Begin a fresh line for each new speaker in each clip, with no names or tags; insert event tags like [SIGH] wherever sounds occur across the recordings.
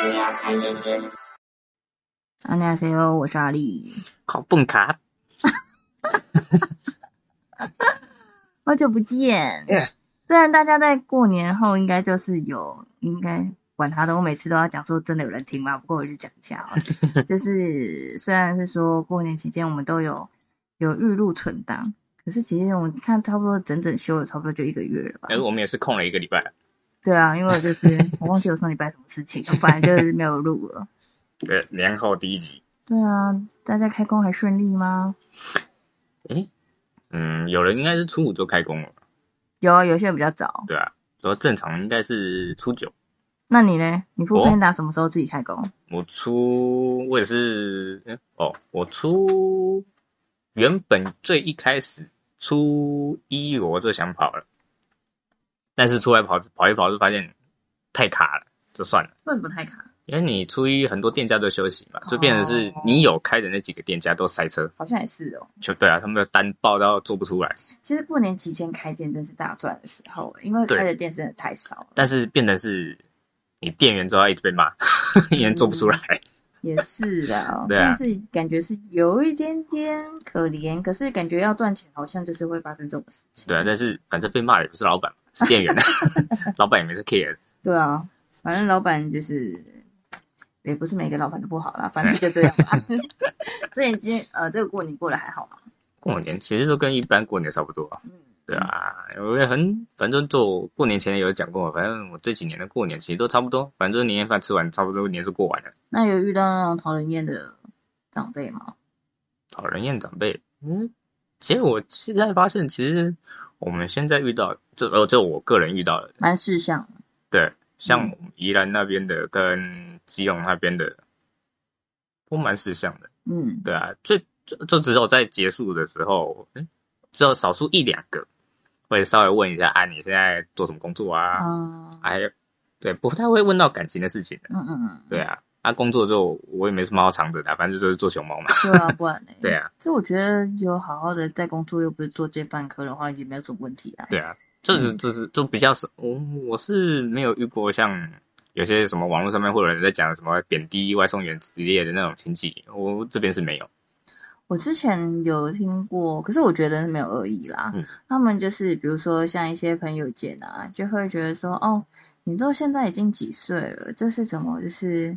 不要太认真。
안녕하세요，我是阿丽，
考蹦卡，
好久不见。
Yeah
虽然大家在过年后应该就是有，应该管他的，我每次都要讲说真的有人听吗？不过我就讲一下 [LAUGHS] 好了，就是虽然是说过年期间我们都有有预录存档，可是其实我看差不多整整休了差不多就一个月了吧
但。是我们也是空了一个礼拜。
对啊，因为我就是我忘记我上礼拜什么事情，我反正就是没有录了。
对，呃年后第一集，
对啊，大家开工还顺利吗？
嗯，有人应该是初五就开工了，
有啊，有些人比较早。
对啊，说正常应该是初九。
那你呢？你副
哦
Panda 什么时候自己开工？
我初我也是，嗯哦，我初原本最一开始初一我就想跑了，但是出来跑跑一跑就发现太卡了，就算了。
为什么太卡？
因为你初一很多店家都休息嘛，就变成是你有开的那几个店家都塞车，
好像也是哦。
就对啊，他们的单报到做不出来，
其实过年期间开店真是大赚的时候，欸因为
对
开的店真的太少了。
但是变成是你店员之后一直被骂，因为做不出来，，
也是啦
[LAUGHS] 对啊
但是感觉是有一点点可怜，可是感觉要赚钱，好像就是会发生这种事情。
对啊，但是反正被骂的也不是老板，是店员，老板也没是 care，
对啊，反正老板就是。也不是每个老板都不好啦，反正就这样
[LAUGHS]
吧。所以今呃，这个过年过得还好吗？
过年其实就跟一般过年差不多啊，
嗯，
对啊，我也很反正就过年前有讲过，反正我这几年的过年其实都差不多，反正年夜饭吃完差不多年就过完了。
那有遇到那种讨人厌的长辈吗？
讨人厌长辈，嗯，其实我现在发现，其实我们现在遇到这呃，就我个人遇到的，
蛮事项的，
对，像我们宜兰那边的跟基隆那边的，都蛮识相的，
嗯，
对啊，最就就只有在结束的时候，嗯，只有少数一两个会稍微问一下啊，你现在做什么工作啊？
啊，
哎、对，不太会问到感情的事情的，
嗯嗯嗯，
对啊，啊，工作就我也没什么好藏着的啊，反正就是做熊猫嘛，
对啊，不然呢？
对啊。
就我觉得有好好的在工作，又不是做这半科的话，也没有什么问题啊。
对啊，这是这是就比较少，我我是没有遇过像有些什么网络上面会有人在讲什么贬低外送员职业的那种亲戚，我这边是没有。
我之前有听过，可是我觉得没有恶意啦。
嗯
他们就是比如说像一些朋友间啊，就会觉得说，哦，你都现在已经几岁了，就是怎么就是，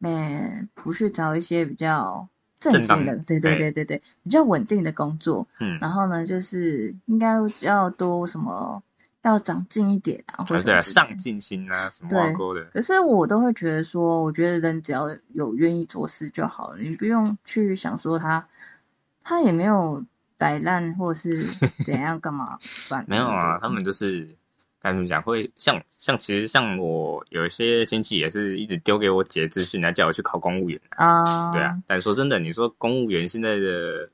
嗯，不去找一些比较正
正
经
当
的，对对
哎
对对对，比较稳定的工作，
嗯，
然后呢，就是应该要多什么，要长进一点啊，或者什么
啊对啊，
之类的
上进心啊，什么
对
挂钩的，
可是我都会觉得说，我觉得人只要有愿意做事就好了，你不用去想说他，他也没有摆烂或是怎样干
[LAUGHS]
嘛反
没有啊，他们就是该怎么讲，会像像其实像我有一些亲戚也是一直丢给我姐资讯来叫我去考公务员啊、
啊，
对啊，，但说真的，你说公务员现在的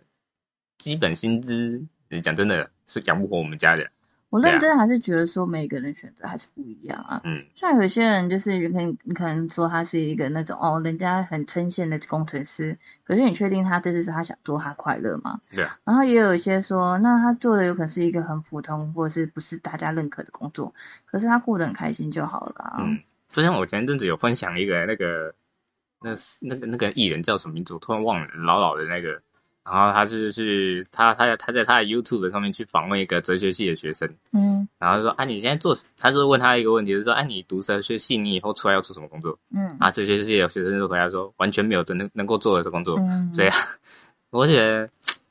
基本薪资，你讲真的是养不活我们家的，
我
对啊
认真还是觉得说每个人选择还是不一样啊。
嗯。
像有些人就是你可能你可能说他是一个那种哦，人家很称羡的工程师，可是你确定他这次是他想做他快乐吗？
对啊。
然后也有一些说，那他做的有可能是一个很普通或者是不是大家认可的工作，可是他过得很开心就好了、啊。
嗯，就像我前阵子有分享一个那个，那那个那个艺人叫什么名字，我突然忘了，老老的那个。然后他是去他他他在他的 YouTube 上面去访问一个哲学系的学生，
嗯
然后就说啊你现在做，他就问他一个问题，就说啊你读哲学系，你以后出来要做什么工作？
嗯
啊哲学系的学生就回答说完全没有真能能够做的工作。
嗯，
[LAUGHS] 所以啊我觉得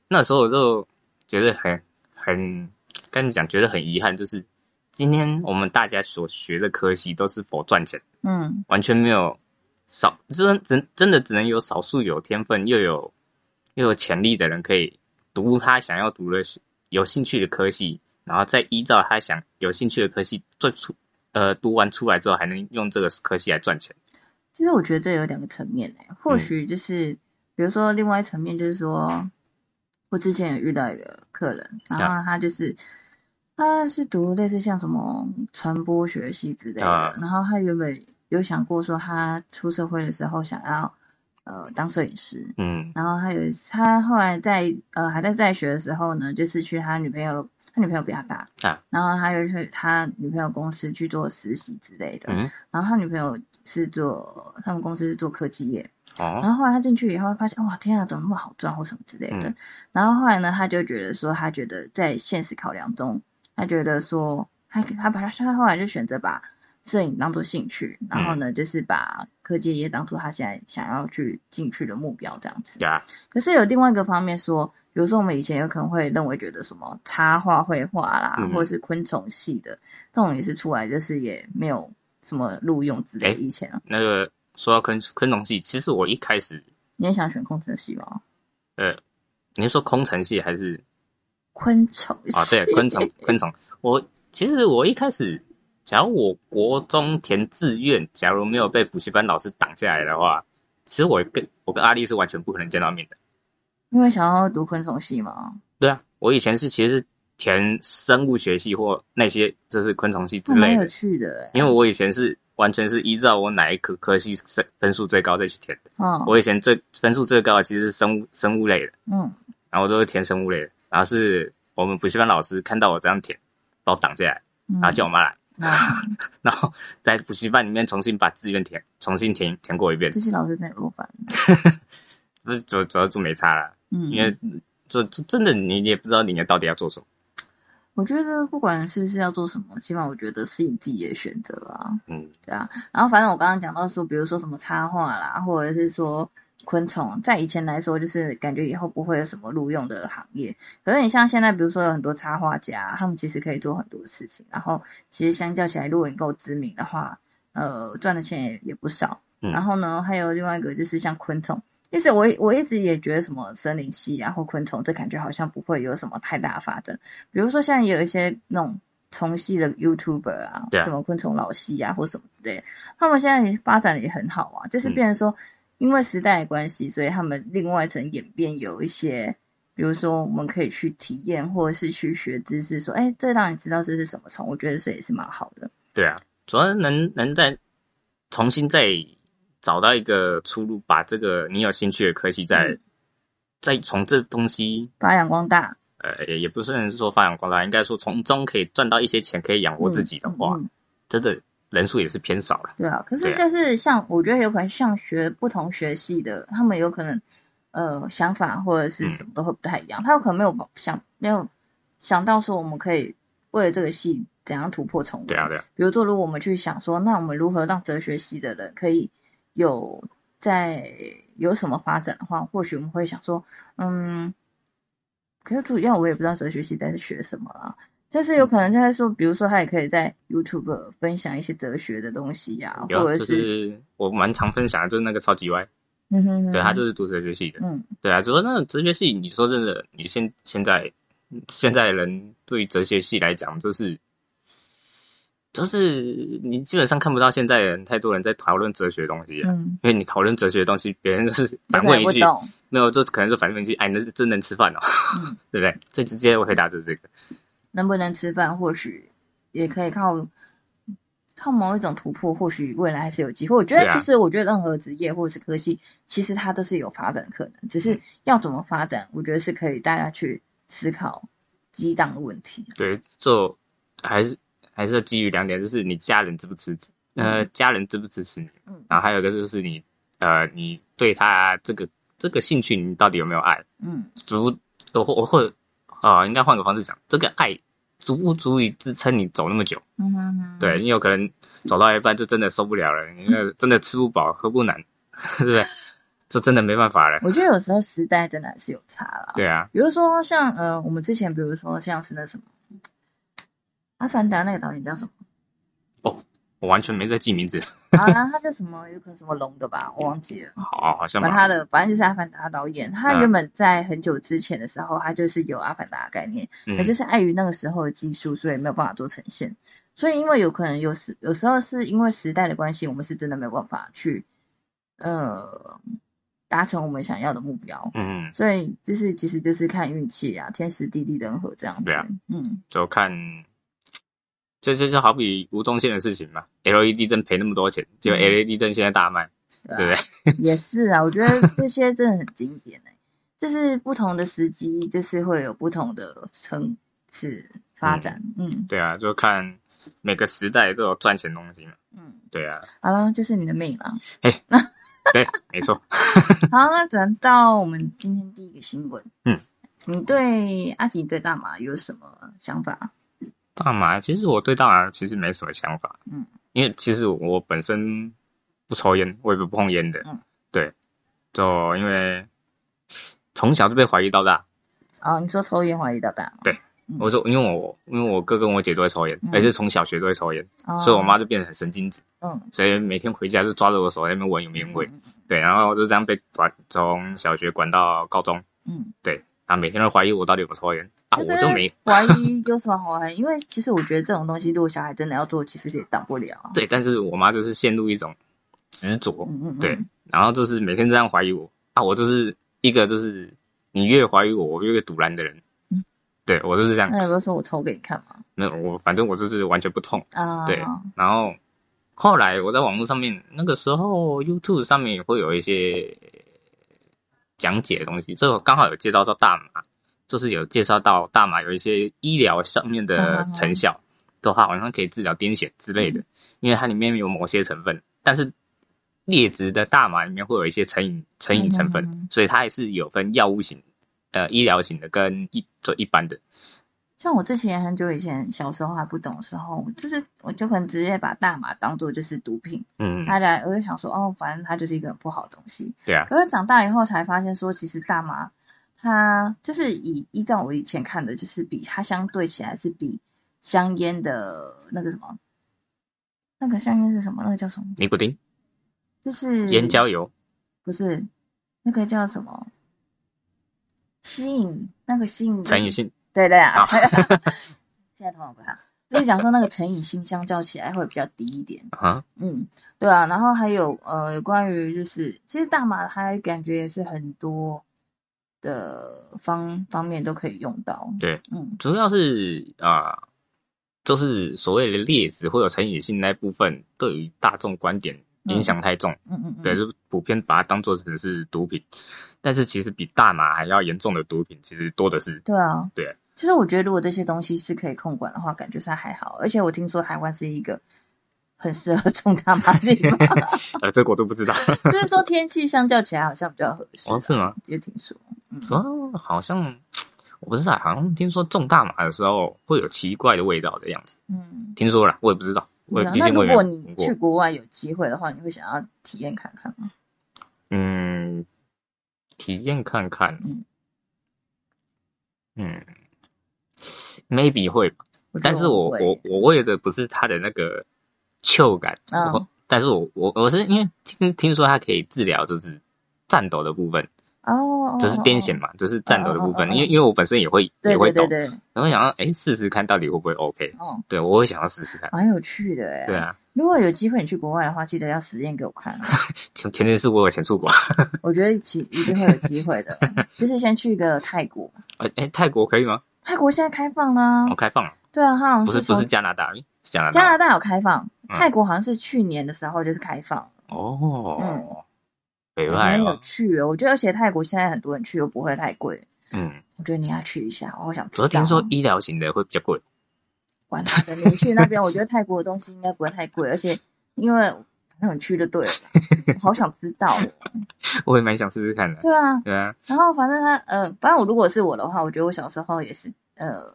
那时候我就觉得很很跟你讲，觉得很遗憾，就是今天我们大家所学的科系都是否赚钱。
嗯
完全没有少，真真真的只能有少数有天分又有又有潜力的人可以读他想要读的学有兴趣的科系，然后再依照他想有兴趣的科系做出呃读完出来之后，还能用这个科系来赚钱。
其实我觉得这有两个层面诶、欸
嗯
或许就是、比如说另外一层面就是说，我之前有遇到一个客人，然
啊
后他就是。他是读类似像什么传播学系之类的，
啊
然后他原本有想过说他出社会的时候想要呃当摄影师，
嗯
然后他有一次他后来在呃还在在学的时候呢，就是去他女朋友他女朋友比他大
啊，
然后他就去他女朋友公司去做实习之类的，
嗯，
然后他女朋友是做他们公司是做科技业，
哦，
然后后来他进去以后发现，哇，天啊，怎么那么好赚或什么之类的。
嗯
然后后来呢，他就觉得说，他觉得在现实考量中，他觉得说，他他把他他后来就选择把摄影当做兴趣，然
嗯
后呢，就是把科技也当做他现在想要去进去的目标这样子。
对啊，
可是有另外一个方面说，有时候我们以前有可能会认为觉得什么插画、绘画啦，
嗯
或者是昆虫系的这种也是出来，就是也没有什么录用之类的。
哎
以前啊，
那个说到昆昆虫系，其实我一开始，
你也想选工程系吗？
呃，你是说空城系还是
昆虫系 [LAUGHS]
啊，对，昆虫，昆虫。我其实我一开始，假如我国中填志愿，假如没有被补习班老师挡下来的话，其实我跟我跟阿丽是完全不可能见到面的。
因为想要读昆虫系嘛，
对啊，我以前是其实是填生物学系或那些就是昆虫系之
那蛮
类
有
的，
趣的、欸。
因为我以前是完全是依照我哪一科科系分分数最高再去填的。
嗯，
我以前最分数最高的其实是生物生物类的，
嗯，
然后我都是填生物类的，然后是我们补习班老师看到我这样填，把我挡下来，
嗯
然后叫我妈来。
那
然后在补习班里面重新把志愿填，重新填填过一遍
这，些老师真的有烦。
不是主主要就没差啦，
嗯，
因为这这真的你你也不知道你到底要做什么，
我觉得不管是不是要做什么，起码我觉得是你自己的选择啊。
嗯，
然后反正我刚刚讲到说，比如说什么插画啦，或者是说昆虫，在以前来说，就是感觉以后不会有什么录用的行业。可是你像现在，比如说有很多插画家，他们其实可以做很多事情。然后其实相较起来，如果你够知名的话，呃，赚的钱也也不少。
嗯
然后呢，还有另外一个就是像昆虫，其实我我一直也觉得什么森林系啊或昆虫，这感觉好像不会有什么太大的发展。比如说现在也有一些那种虫系的 YouTuber 啊，
对啊
什么昆虫老系啊或什么之类的，他们现在也发展的也很好啊，就是
嗯
变成说，因为时代的关系，所以他们另外一层演变有一些。比如说，我们可以去体验，或者是去学知识，说，哎，这让你知道这是什么虫，我觉得这也是蛮好的。
对啊，主要能能再重新再找到一个出路，把这个你有兴趣的科系再、
嗯
再从这东西，
发扬光大，
呃，也也不是说发扬光大，应该说从中可以赚到一些钱，可以养活自己的话，
嗯嗯嗯
真的人数也是偏少了，
对啊，可
对
是
啊
就是像我觉得有可能像学不同学系的，他们有可能呃想法或者
嗯
是什么都会不太一样，他有可能没有想没有想到说我们可以为了这个系怎样突破重围。
对啊，对啊，
比如说，如果我们去想说，那我们如何让哲学系的人可以有在有什么发展的话，或许我们会想说，嗯，可是主要我也不知道哲学系在学什么啦。就是有可能就在说，比如说他也可以在 YouTube 分享一些哲学的东西呀、
有
或者
啊，就是是我蛮常分享的，就是那个超级歪。
嗯哼哼，
对他就是读哲学系的，
嗯
对啊，只是那个哲学系，你说真的，你现现在现在人对哲学系来讲，就是就是你基本上看不到现在人太多人在讨论哲学的东西、啊，
嗯，
因为你讨论哲学的东西，别人就是
有
反
可
问
能
一
不
句，
懂，
没有，就可能就反问一句，哎，你这真能吃饭哦， [LAUGHS]
嗯
对不对？最直接的回答就是这个，
能不能吃饭，或许也可以靠靠某一种突破，或许未来还是有机会。我觉得
对，啊
其实我觉得任何职业或者是科系，其实它都是有发展可能，只
嗯
是要怎么发展，我觉得是可以大家去思考激荡的问题。啊
对，就还是还是要基于两点，就是你家人支不支持，呃，家人支不支持你，
嗯
然后还有一个就是你呃，你对他这个这个兴趣，你到底有没有爱？
嗯，
足，我我会啊、应该换个方式讲，这个爱足不足以支撑你走那么久？
嗯嗯哼哼
对，，你有可能走到一半就真的受不了了，你那真的吃不饱喝不暖， [LAUGHS] 对不对？这真的没办法了。
我觉得有时候时代真的还是有差啦。
对啊，
比如说像呃，我们之前比如说像是那什么《阿凡达》那个导演叫什么？
我完全没在记名字，
好啦，他叫什么？有可能什么龙的吧，我忘记了。
好，好像
管
吧
他的，反正就是《阿凡达》导演，他
嗯
原本在很久之前的时候，他就是有《阿凡达》的概念，
嗯
可就是碍于那个时候的技术，所以没有办法做呈现。所以，因为有可能有时有时候是因为时代的关系，我们是真的没有办法去呃达成我们想要的目标。
嗯，
所以，就是其实就是看运气啊，天时地利人和这样子。
对啊
嗯，
就看，就就就好比吴宗宪的事情嘛，LED 灯赔那么多钱，结果
嗯
LED 灯现在大卖，
对啊
对不对？
也是啊，我觉得这些真的很经欸 [LAUGHS] 典哎、就是不同的时机，就是会有不同的层次发展。嗯
对啊，就看每个时代都有赚钱的东西嘛。
嗯，
对啊，
好了，就是你的命了。
对，没错。
[LAUGHS] 好，那转到我们今天第一个新闻。
嗯，
你对阿吉对大麻有什么想法？
大麻，其实我对大麻其实没什么想法，
嗯，
因为其实我本身不抽烟，我也不碰烟的，
嗯，
对，就因为从小就被怀疑到大，
哦，你说抽烟怀疑到大麻？
对
嗯，
我说因为我因为我哥跟我姐都会抽烟，
嗯
而且从小学都会抽烟，
哦
所以我妈就变得很神经质，
嗯
所以每天回家就抓着我手在那边闻有没有味，
嗯
对，然后就这样被管，从小学管到高中，
嗯，
啊，每天都怀疑我到底有没有抽烟啊，
可
我
是
就没，
怀疑有什么好怀疑？因 [LAUGHS] 为其实我觉得这种东西，如果小孩真的要做，其实也挡不了啊。
对，但是我妈就是陷入一种执着，
嗯嗯，嗯
对，然后就是每天这样怀疑我啊，我就是一个就是你越怀疑我，我越堵拦的人。
嗯
对我就是这样，
那有没有说我抽给你看嘛？
那我反正我就是完全不痛。
啊，
对然后后来我在网络上面，那个时候 YouTube 上面也会有一些讲解的东西，这个刚好有介绍到大麻，就是有介绍到大麻有一些医疗上面的成效的话，好像可以治疗癫痫之类
嗯
的，因为它里面有某些成分，但是劣质的大麻里面会有一些成瘾成瘾成分，
嗯嗯嗯
所以它还是有分药物型、呃医疗型的跟一就一般的，
像我之前很久以前小时候还不懂的时候，我就是我就可能直接把大麻当做就是毒品，
嗯，
大家我就想说哦，反正它就是一个很不好的东西。
对啊，
可是长大以后才发现说，其实大麻它就是以依照我以前看的，就是比它相对起来是比香烟的那个什么，那个香烟是什么？那个叫什么？
尼古丁、
就是
烟焦油、
不是那个叫什么？吸引那个吸引
成瘾性，
对对啊
啊，
[LAUGHS] 现在头脑不太好，就是讲说那个成瘾性相较起来会比较低一点。
啊，
嗯，对啊，然后还有呃，有关于就是，其实大麻它感觉也是很多的方方面都可以用到。
对，
嗯
主要是啊、呃就是所谓的劣质或者成瘾性那部分，对于大众观点影响太重，
嗯嗯嗯，
对，就普遍把它当做成是毒品。但是其实比大麻还要严重的毒品，其实多的是。
对啊，
对。
就是我觉得如果这些东西是可以控管的话，感觉上还好。而且我听说台湾是一个很适合种大麻的地
[LAUGHS]
方，
呃，这个我都不
[LAUGHS]
知道。
就是说天气相较起来好像比较合适啊。
哦，是吗？
也听说，嗯，
主要好像我不知道，好像听说种大麻的时候会有奇怪的味道的样子，
嗯。
听说啦，我也不知道，我也毕
啊那
竟
如
我也没
果
有
你
闻
去
过。
国外有机会的话，你会想要体验看看吗？
嗯，体验看看。
嗯
嗯，maybe 会吧。
我觉得
但是我
会
我我为的不是它的那个嗅感，
嗯
我但是我我我是因为听听说它可以治疗就是战斗的部分，
哦，
就是癫痫
嘛，
嘛，就是战斗的部分
哦哦哦。哦
因为因为我本身也会
对
也会
对对
懂，
对，
然后想要哎试试看到底会不会 OK，
哦，
对我会想要试试看。
蛮有趣的哎。
对，啊，
如果有机会你去国外的话，记得要实验给我看啊。
[LAUGHS] 前前提是我有钱出国， [LAUGHS]
我觉得其一定会有机会的，就是先去一个泰国。
哎哎泰国可以吗？
泰国现在开放啦
我，开放了，
对啊，它好像
哦不是不
从
是加拿大，诶是加拿
加拿
大
大有开放，
嗯
泰国好像是去年的时候就是开放，
哦
嗯，
北外
很有
哦，
趣哦。我觉得而且泰国现在很多人去又不会太贵，
嗯，
我觉得你要去一下，我好想知
主
道哦。
要听说医疗型的会比较贵，
管他的，你去那边，我觉得泰国的东西应该不会太贵，而且因为反正我去就对
[LAUGHS]
了啦，我好想知道哦。
我也蛮想试试看的。
对啊，
对啊，
然后反正他呃，反正我如果是我的话，我觉得我小时候也是呃，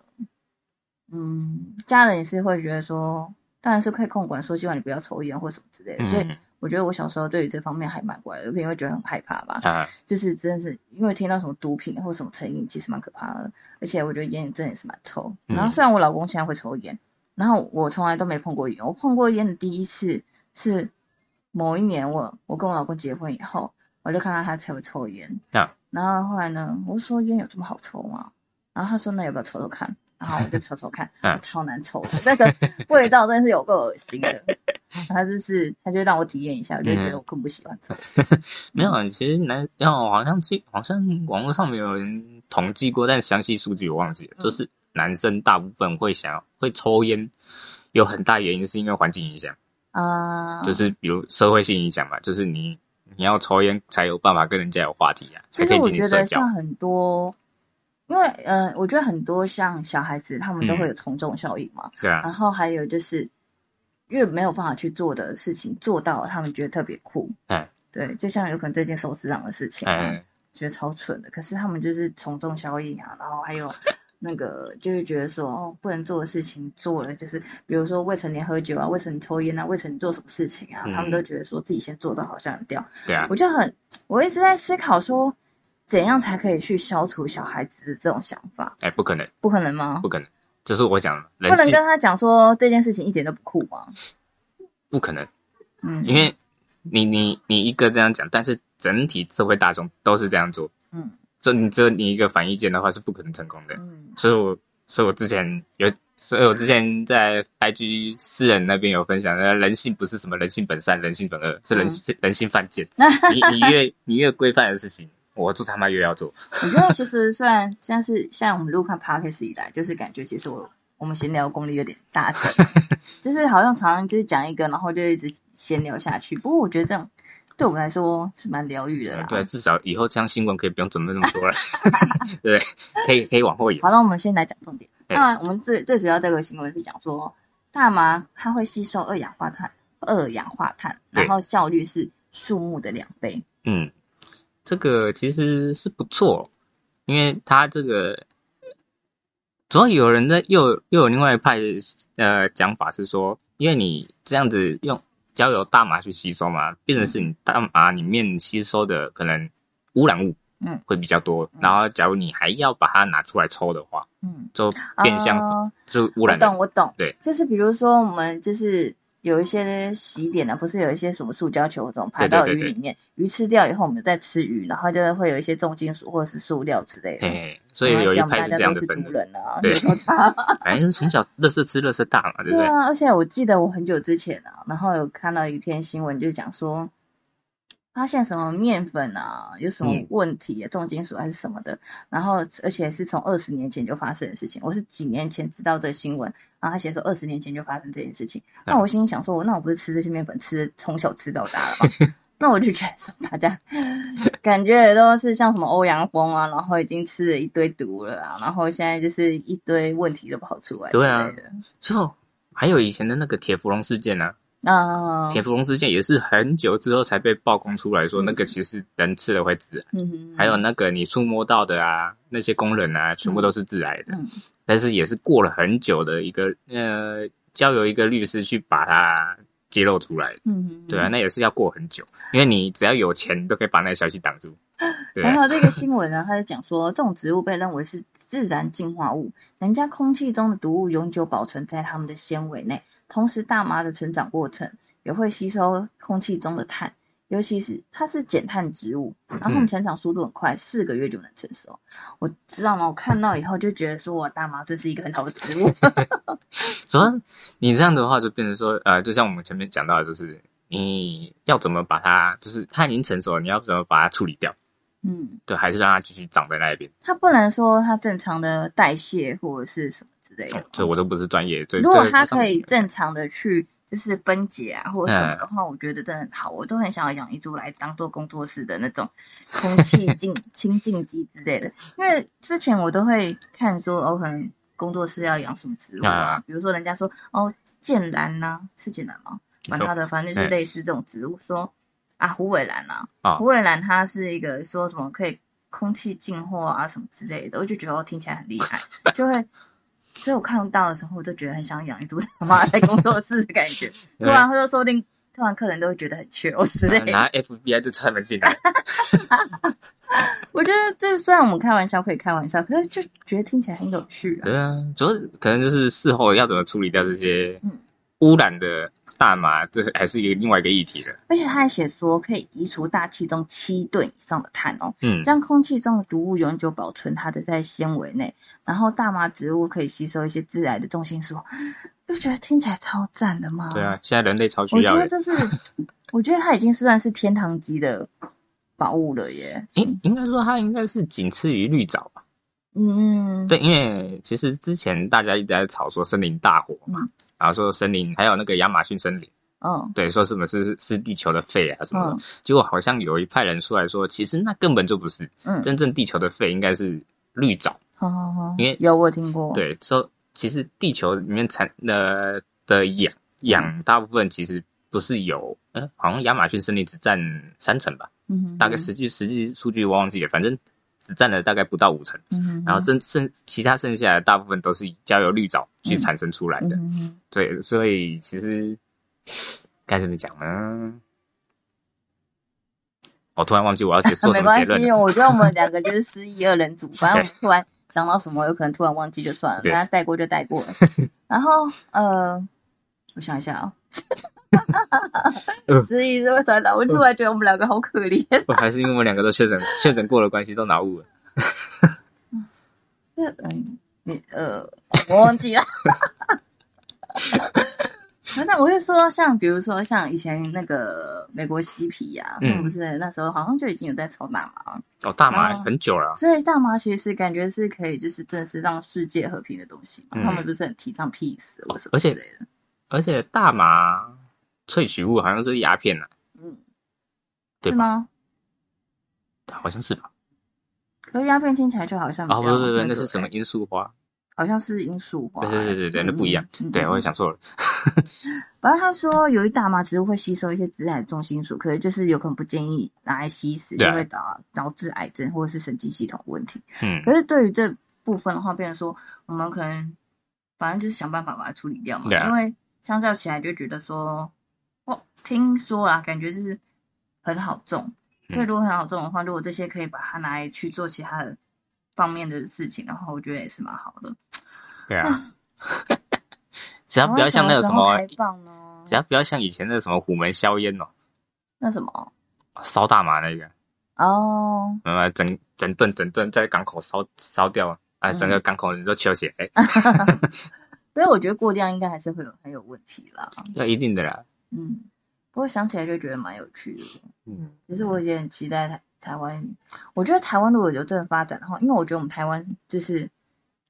嗯，家人也是会觉得说，当然是可以控管，说希望你不要抽烟或什么之类的，所以
嗯
我觉得我小时候对于这方面还蛮乖的，可能会觉得很害怕吧，
啊，
就是真的是因为听到什么毒品或什么成瘾，其实蛮可怕的。而且我觉得烟真的也是蛮臭。
嗯
然后虽然我老公现在会抽烟，然后我从来都没碰过烟。我碰过烟的第一次是某一年我我跟我老公结婚以后，我就看到他才会抽烟。
啊
然后后来呢，我就说烟有这么好抽吗？然后他说那要不要抽抽看？然后我就抽抽看，
[LAUGHS] 啊
我超难抽的，那个味道真的是有够恶心
[LAUGHS]
的。他就是他就让我体验一下，我就
嗯
觉得我更不喜欢抽。
没有，啊，其实男要好像记，好像网络上面有人统计过，但详细数据我忘记了。
嗯
就是男生大部分会想要会抽烟，有很大原因是因为环境影响，
啊、
就是比如社会性影响嘛，就是你你要抽烟才有办法跟人家有话题啊，才
其
可
实
以
我
进行
觉
社
得
交
像。很多因为呃，我觉得很多像小孩子，他们都会有从众效应嘛。
对嗯啊，
然后还有就是，越没有办法去做的事情，做到了他们觉得特别酷。
哎
对，就像有可能最近手指党的事情、啊，
嗯，
觉得超蠢的，可是他们就是从众效应啊，然后还
[LAUGHS]
有那个就是觉得说哦，不能做的事情做了，就是比如说未成年喝酒啊，未成年抽烟啊，未成年做什么事情啊，他们
嗯
都觉得说自己先做到好像很屌。
对啊，
我就很，我一直在思考说，怎样才可以去消除小孩子的这种想法？
哎，不可能，
不可能吗？
不可能，这是我讲的，
不
人
能
性
跟他讲说这件事情一点都不酷吗？
不可能，
嗯，
因为你你你一个这样讲，但是整体社会大众都是这样做，
嗯
这你只有你一个反意见的话是不可能成功的。
嗯
所以我所以我之前有，所以我之前在 IG 私人那边有分享，呃，人性不是什么人性本善、人性本恶，是人、
嗯
是人性犯 [LAUGHS] 贱。你你越你越规范的事情，我做他妈越要做。
我觉得其实虽然现在是现在我们录看 podcast 以来，就是感觉其实我我们闲聊功力有点大
[LAUGHS]
增，就是好像常常就是讲一个，然后就一直闲聊下去。不过我觉得这样对我们来说是蛮疗愈的啦。
对，，至少以后这样新闻可以不用准备那么多了。 [LAUGHS] 对，可以可以往后延。
好了，那我们先来讲重点。
哎
那我们最最主要这个新闻是讲说，大麻它会吸收二氧化碳，二氧化碳，
对
然后效率是树木的两倍。
嗯，这个其实是不错，因为他这个主要有人在又有又有另外一派呃讲法是说，因为你这样子用交由大麻去吸收嘛，变成是你大麻里面吸收的可能污染物，
嗯，
会比较多。
嗯
然后，假如你还要把它拿出来抽的话，
嗯，
就变相
呃
就污染
我懂，
的。
我懂。
对，
就是比如说我们就是有一些洗点呢，不是有一些什么塑胶球这种排
对对
到
对
鱼
对
里面，鱼吃掉以后，我们再吃鱼，然后就会有一些重金属或者是塑料之类的。
嘿，所以有一
然后像我们
派
大
这
家
样
都是
子分
毒
的，
人啊，
对
[LAUGHS] 有差。
反正是从小乐色吃乐色大嘛，对不对？
啊，而且我记得我很久之前啊，然后有看到一篇新闻，就讲说发现什么面粉啊有什么
嗯
问题、啊，重金属还是什么的，然后而且是从二十年前就发生的事情，我是几年前知道这个新闻，然后他写说二十年前就发生这件事情，那
嗯
我心里想说，那我不是吃这些面粉吃得从小吃到大了吗？
[LAUGHS]
那我就觉得说，大家 [LAUGHS] 感觉都是像什么欧阳锋啊，然后已经吃了一堆毒了啊，然后现在就是一堆问题都跑出来之类
对啊
的。
就还有以前的那个铁氟龙事件啊，
啊，
铁氟龙事件也是很久之后才被曝光出来说，
嗯
那个其实人吃了会致癌，
嗯哼，
还有那个你触摸到的啊，那些工人啊，全部都是致癌的。
嗯
但是也是过了很久的一个呃，交由一个律师去把它揭露出来的。
嗯哼，
对啊，那也是要过很久，因为你只要有钱，你都可以把那个消息
[LAUGHS]
挡住。对
然
啊，
后这个新闻呢，它是讲说，这种植物被认为是自然净化物，能将空气中的毒物永久保存在它们的纤维内。同时，大麻的成长过程也会吸收空气中的碳，尤其是它是减碳植物，然后它们
嗯
成长速度很快，四个月就能成熟。我知道吗？我看到以后就觉得说，哇，大麻真是一个很好的植物。 [LAUGHS]
所以你这样的话，就变成说，呃，就像我们前面讲到的，就是你要怎么把它，就是它已经成熟了，你要怎么把它处理掉？
嗯，
对，还是让它继续长在那一边。
它不能说它正常的代谢或者是什么之类的
哦。这我都不是专业，这
如果
这
它
这上
可以
面
正常的去就是分解啊或者什么的话，我觉得真的很好，我都很想要养一株来当做工作室的那种空气净清净机之类的。因为之前我都会看说，哦，可能工作室要养什么植物啊
啊，
比如说人家说哦剑兰呐，是剑兰吗？管它的，反正就是
嗯
类似这种植物，说啊虎尾兰啊，
啊
虎尾兰它是一个说什么可以空气净化啊什么之类的，我就觉得哦听起来很厉害，就会。所以我看到的时候，我就觉得很想养一株他妈在工作室的感觉。突然，或者说不定突然客人都会觉得很缺我之类的。
拿 FBI 就串门
[LAUGHS]
进来，
我觉得这虽然我们开玩笑可以开玩笑，可是就觉得听起来很有趣啊。
对啊，主要是可能就是事后要怎么处理掉这些
嗯
污染的大麻，这还是一个另外一个议题了。
而且他还写说可以移除大气中七吨以上的碳哦，
嗯，
将空气中的毒物永久保存它的在纤维内，然后大麻植物可以吸收一些致癌的重金属，就觉得听起来超赞的嘛。
对啊，，现在人类超
我
需
觉
要欸
得
的。
这是，我觉得它已经算是天堂级的宝物了耶。
应应该说它应该是仅次于绿藻吧？
嗯，
对，因为其实之前大家一直在吵说森林大火嘛，
嗯
然后说森林还有那个亚马逊森林，
嗯
对，说什么是是地球的肺啊什么的，
嗯
结果好像有一派人出来说，其实那根本就不是，
嗯，
真正地球的肺应该是绿藻。
哦哦哦，
因为
有我有听过，，
对，说其实地球里面产呃的氧氧
嗯
大部分其实不是有，呃，好像亚马逊森林只占三成吧，
嗯哼，
大概实际实际数据我忘记了，反正只占了大概不到五成，
嗯哼，
然后真剩其他剩下的大部分都是交由绿藻去产生出来
嗯
的，
哼哼
对，所以其实该怎么讲呢？我突然忘记我要结做
啊 [LAUGHS] 没
什么
关
结论
系，
了。
我觉得我们两
[LAUGHS]
个就是失忆二人组，反正我们突然想到什么，有可能突然忘记就算了，
对
大家带过就带
[LAUGHS]
过了。然后呃，我想一下啊、
呃嗯
哦， [LAUGHS] 失忆是为啥呢？我突然觉得我们两个好可怜。
我还是因为我们两个都确诊确诊过的关系，都脑雾了。
嗯，你呃，我忘记了。 [LAUGHS] 可是我就说，像比如说像以前那个美国嬉皮呀、啊，
嗯
他们不是那时候好像就已经有在抽大麻了，
哦，大麻
哦
很久了啊，
所以大麻其实感觉是可以，就是真的是让世界和平的东西嘛。
嗯哦
他们不是很提倡 peace 或什么
而
之
且
类的。
而且大麻萃取物好像是鸦片呢、啊
嗯，
对
是吗？
好像是吧？
可是鸦片听起来就好像比较
哦，不不不，
个
那是什么
欸？
罂粟花？
好像是罂粟花
对
欸。
对对对对，
嗯
那不一样。。
嗯
对，我也。
嗯
想错了。
反正他说，由于大麻植物会吸收一些致癌的重金属，可是就是有可能不建议拿来吸食，
对
就
啊
会导导致癌症或者是神经系统问题。
嗯
可，是对于这部分的话，变成说我们可能反正就是想办法把它处理掉嘛，
对啊
因为相较起来就觉得说，哦，听说啦，感觉就是很好种，
嗯
所以如果很好种的话，如果这些可以把它拿来去做其他的方面的事情的话，我觉得也是蛮好的。
对啊。 [LAUGHS] 只要不要像那个什
台
么
湾，什么时候开放呢？
只要不要像以前那个什么虎门销烟哦，
那什么
烧大麻那个，
哦，
那么整整顿整顿在港口烧烧掉啊
嗯
啊，
啊
整个港口人都休息。哎、
所以我觉得过量应该还是会有很有问题啦。
要一定的啦。
嗯，不过想起来就觉得蛮有趣的。
嗯，
其实我也很期待台台湾，我觉得台湾如果有这个发展的话，因为我觉得我们台湾就是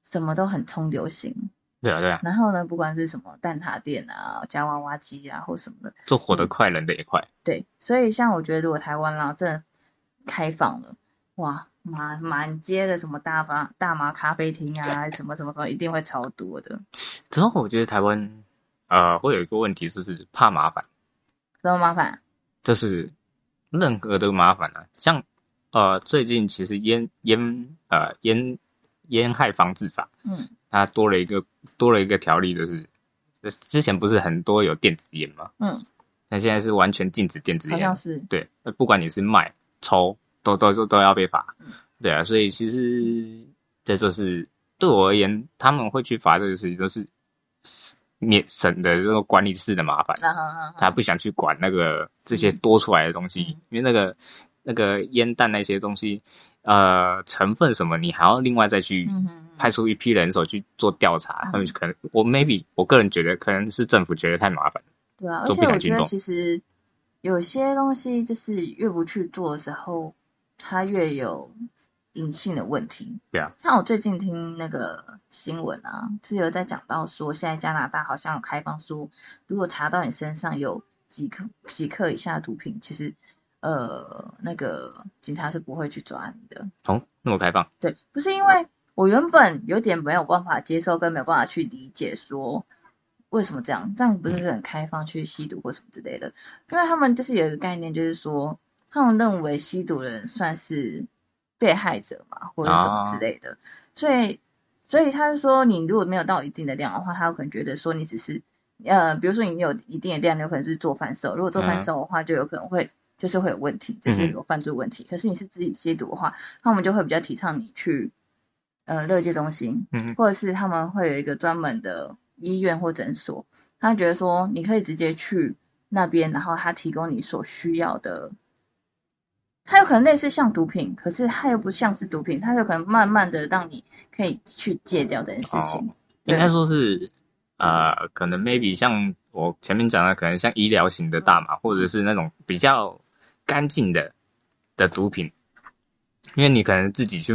什么都很冲流行，
对啊对啊，
然后呢，不管是什么蛋挞店啊、夹娃娃机啊或什么的，
做活得快，人的也快。
对，所以像我觉得如果台湾啦真的开放了，哇，满满街的什么大麻大麻咖啡厅啊，什么什么什么，一定会超多的，
之后我觉得台湾呃会有一个问题，就是怕麻烦。
知道麻烦？
就是任何的麻烦啊，像呃最近其实烟烟呃烟烟害防治法，
嗯
它多了一个多了一个条例，就是呃之前不是很多有电子烟吗？
嗯，
那现在是完全禁止电子
好
烟
像，是，
对，那不管你是卖、抽，都都都都要被罚，对啊，所以其实这就是对我而言，他们会去罚这个事情，都是免省的这种管理室的麻烦。
啊哈哈
他
哈，
不想去管那个这些多出来的东西，
嗯
因为那个那个烟弹那些东西，呃，成分什么，你还要另外再去
嗯哼，
派出一批人手去做调查。
嗯
他们可能，我 maybe 我个人觉得，可能是政府觉得太麻烦。
对啊，而
都
且
不想
我
去
觉得
弄
其实有些东西就是越不去做的时候，它越有隐性的问题。
对啊，
像我最近听那个新闻啊，是有在讲到说，现在加拿大好像有开放说，如果查到你身上有几克几克以下的毒品，其实呃，那个警察是不会去抓你的。
哦，那么开放，
对，不是因为我原本有点没有办法接受，跟没有办法去理解说为什么这样，这样不是很开放去吸毒或什么之类的，因为他们就是有一个概念，就是说他们认为吸毒的人算是被害者嘛，或者什么之类的，所以所以他就说，你如果没有到一定的量的话，他有可能觉得说你只是。呃，比如说你有一定的量，有可能是做贩售。如果做贩
嗯
售的话，就有可能会就是会有问题，就是
嗯
有犯罪问题。可是你是自己吸毒的话，他们就会比较提倡你去呃乐界中心，
嗯，
或者是他们会有一个专门的医院或诊所，他觉得说你可以直接去那边，然后他提供你所需要的。它有可能类似像毒品，可是它又不像是毒品，它有可能慢慢的让你可以去戒掉这件事情。对
哦应该说是，呃，可能 maybe 像我前面讲的，可能像医疗型的大麻，或者是那种比较干净的的毒品，因为你可能自己去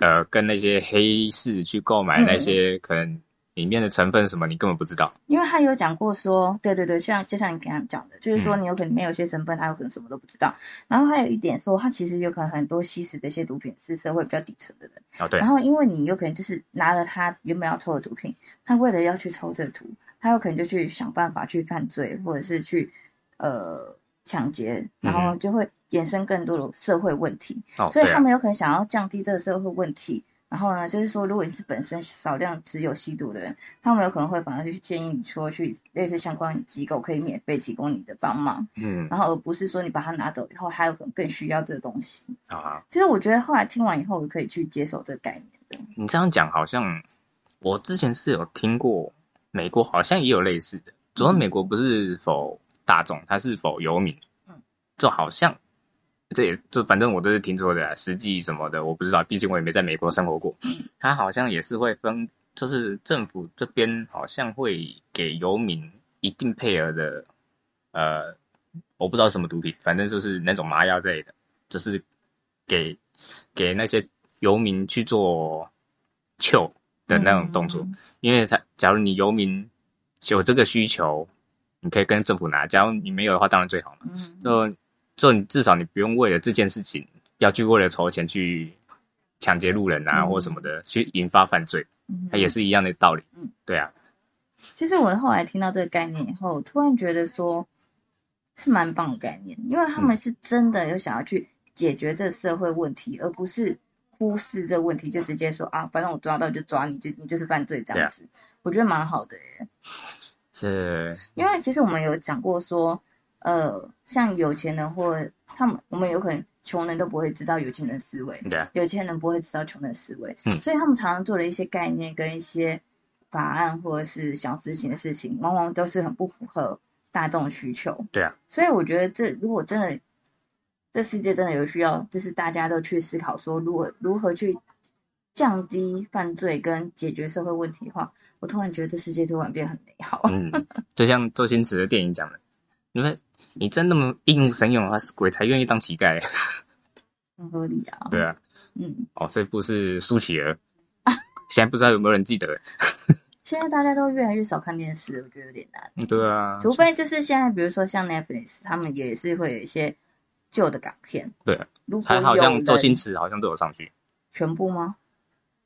呃跟那些黑市去购买
嗯
那些可能。里面的成分什么，你根本不知道。
因为他有讲过说，对对对，像就像你刚刚讲的，就是
嗯
说你有可能没有些成分，他有可能什么都不知道。然后还有一点说，他其实有可能很多吸食的一些毒品是社会比较底层的人。
哦，对
然，后因为你有可能就是拿了他原本要抽的毒品，他为了要去抽这个毒，他有可能就去想办法去犯罪，或者是去呃抢劫，然
嗯
后就会衍生更多的社会问题。
哦，
所以
对
他
啊，
们有可能想要降低这个社会问题。然后呢，就是说，如果你是本身少量持有吸毒的人，他们有可能会反而去建议你说去类似相关机构可以免费提供你的帮忙，
嗯
然后而不是说你把它拿走以后，他有可能更需要这个东西。
啊，
其实我觉得后来听完以后，我可以去接受这个概念的。
你这样讲好像我之前是有听过，美国好像也有类似的，主要美国不是否大众，它是否游民
嗯，
就好像这也就反正我都是听说的啊，实际什么的我不知道，毕竟我也没在美国生活过。它好像也是会分，就是政府这边好像会给游民一定配额的，呃，我不知道什么毒品，反正就是那种麻药之类的，就是给给那些游民去做救的那种动作，
嗯
因为他假如你游民有这个需求，你可以跟政府拿，假如你没有的话，当然最好嘛。
嗯，
就就你至少你不用为了这件事情要去为了筹钱去抢劫路人啊、
嗯
或什么的去引发犯罪，它也是一样的道理。
嗯，
对啊，
其实我后来听到这个概念以后，我突然觉得说是蛮棒的概念，因为
嗯
他们是真的有想要去解决这社会问题，而不是忽视这个问题，就直接说啊，反正我抓到就抓你，就你就是犯罪这
对啊
样子。我觉得蛮好的耶，
是
因为其实我们有讲过说，呃，像有钱人或他们，我们有可能穷人都不会知道有钱人思维，
对啊，
有钱人不会知道穷人思维，
嗯
所以他们常常做的一些概念跟一些法案或者是想执行的事情，往往都是很不符合大众需求。
对啊，
所以我觉得这如果真的，这世界真的有需要，就是大家都去思考说如果如何去降低犯罪跟解决社会问题的话，我突然觉得这世界就会变很美好。
嗯，就像周星驰的电影讲的，你们你真那么英勇神勇的话，是啊鬼才愿意当乞丐。 [LAUGHS]
很合理啊。
对，啊，
嗯，
哦，这部是苏乞儿，
啊
现在不知道有没有人记得？
现在大家都越来越少看电视，我觉得有点难。
嗯对啊，
除非 [LAUGHS] 就是现在，比如说像 Netflix，他们也是会有一些旧的港片。
对啊，
如果
他好像周
有
星
人
驰好像都有上去，
全部吗？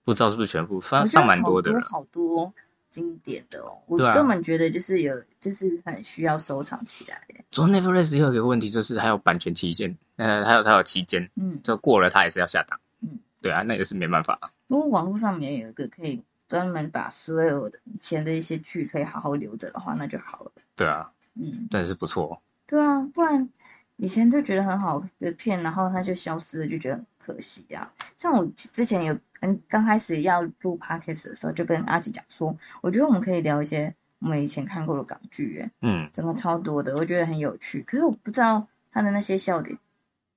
不知道是不是全部，
我
上
觉
上
得
蛮
好
多
多
的了。
好多经典的哦，我
对啊
根本觉得就是有，就是很需要收藏起来的。
昨天 Netflix 又有一个问题，就是还有版权期限，呃，还有它有期间，
嗯，
就过了它也是要下档。
嗯，
对啊，那也是没办法。
如果网络上面有一个可以专门把所有的以前的一些剧可以好好留着的话，那就好了。
对啊，
嗯，
真的是不错。
对啊，不然以前就觉得很好的片，然后它就消失了，就觉得很可惜呀、像我之前有嗯刚开始要录 podcast 的时候，就跟阿吉讲说，我觉得我们可以聊一些我们以前看过的港剧，哎，
嗯，
整个超多的，我觉得很有趣。可是我不知道他的那些笑点，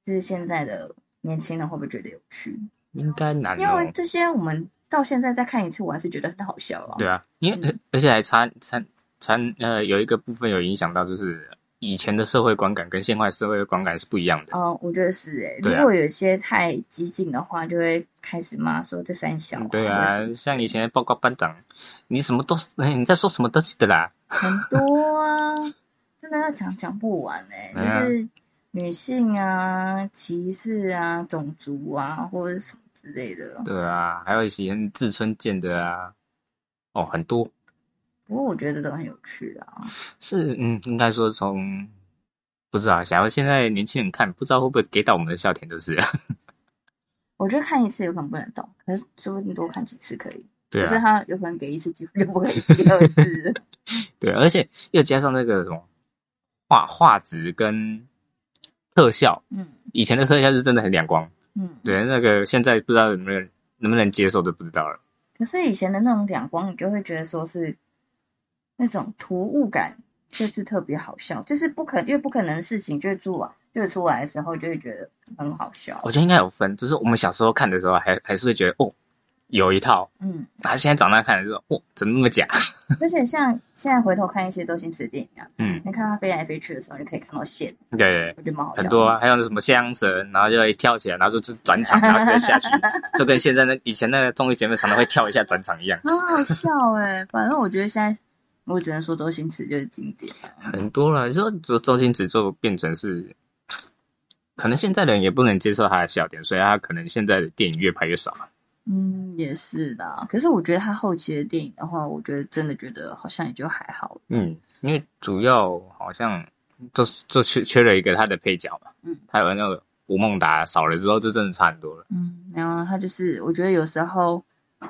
就是现在的年轻人会不会觉得有趣？
应该难
因为
哦。
这些我们到现在再看一次，我还是觉得很好笑啊。
对啊，因为、
嗯
而且还参参参呃有一个部分有影响到，就是以前的社会观感跟现在社会观感是不一样的。
哦，我觉得是哎、
对啊
如果有些太激进的话，就会开始骂说这三小、
嗯对
或者是
啊，像以前的报告班长，你什么都是、哎你在说什么东西的啦？
很多啊，真的要讲讲不完哎、
哎呀
就是女性啊、歧视啊、种族啊，或者什么之类的。
对啊，还有以前自村建的啊，哦，很多。
不过我觉得都很有趣啊。
是，嗯，应该说从不知道，啊想要现在年轻人看，不知道会不会给到我们的笑点，就是了 [LAUGHS]
我觉得看一次有可能不能懂，可是说不定多看几次可以。
对
可是
啊，
他有可能给一次机会就不可以第二
[LAUGHS]
次。
对，啊而且又加上那个什么画画质跟特效，
嗯
以前的特效是真的很亮光，
嗯，。
对，那个现在不知道有没有人能不能接受都不知道了。
可是以前的那种两光，你就会觉得说是那种突兀感，就是特别好笑，就是不可因为不可能的事情就会做啊，就会出来的时候就会觉得很好笑。
我觉得应该有分，就是我们小时候看的时候还还是会觉得哦，有一套，
嗯，
然后现在长大看的时候，哇，怎么那么假？
而且像现在回头看一些周星驰的电影啊，
嗯，
你看他飞来飞去的时候，你可以看到线，
对对，
我觉得蛮好笑的。
很多啊，还有那什么香绳，然后就会跳起来，然后就是转场，然后直接下去，就跟现在那以前那个综艺节目常常会跳一下转场一样，
很好笑哎、反正我觉得现在我只能说周星驰就是经典。啊
很多了。你说周周星驰就变成是，可能现在的人也不能接受他的笑点，所以他可能现在的电影越拍越少了。
嗯，也是的。可是我觉得他后期的电影的话，我觉得真的觉得好像也就还好。
嗯，因为主要好像就就缺缺了一个他的配角嘛，
嗯，
还有那个吴孟达少了之后，就真的差很多了。
嗯，然后他就是我觉得有时候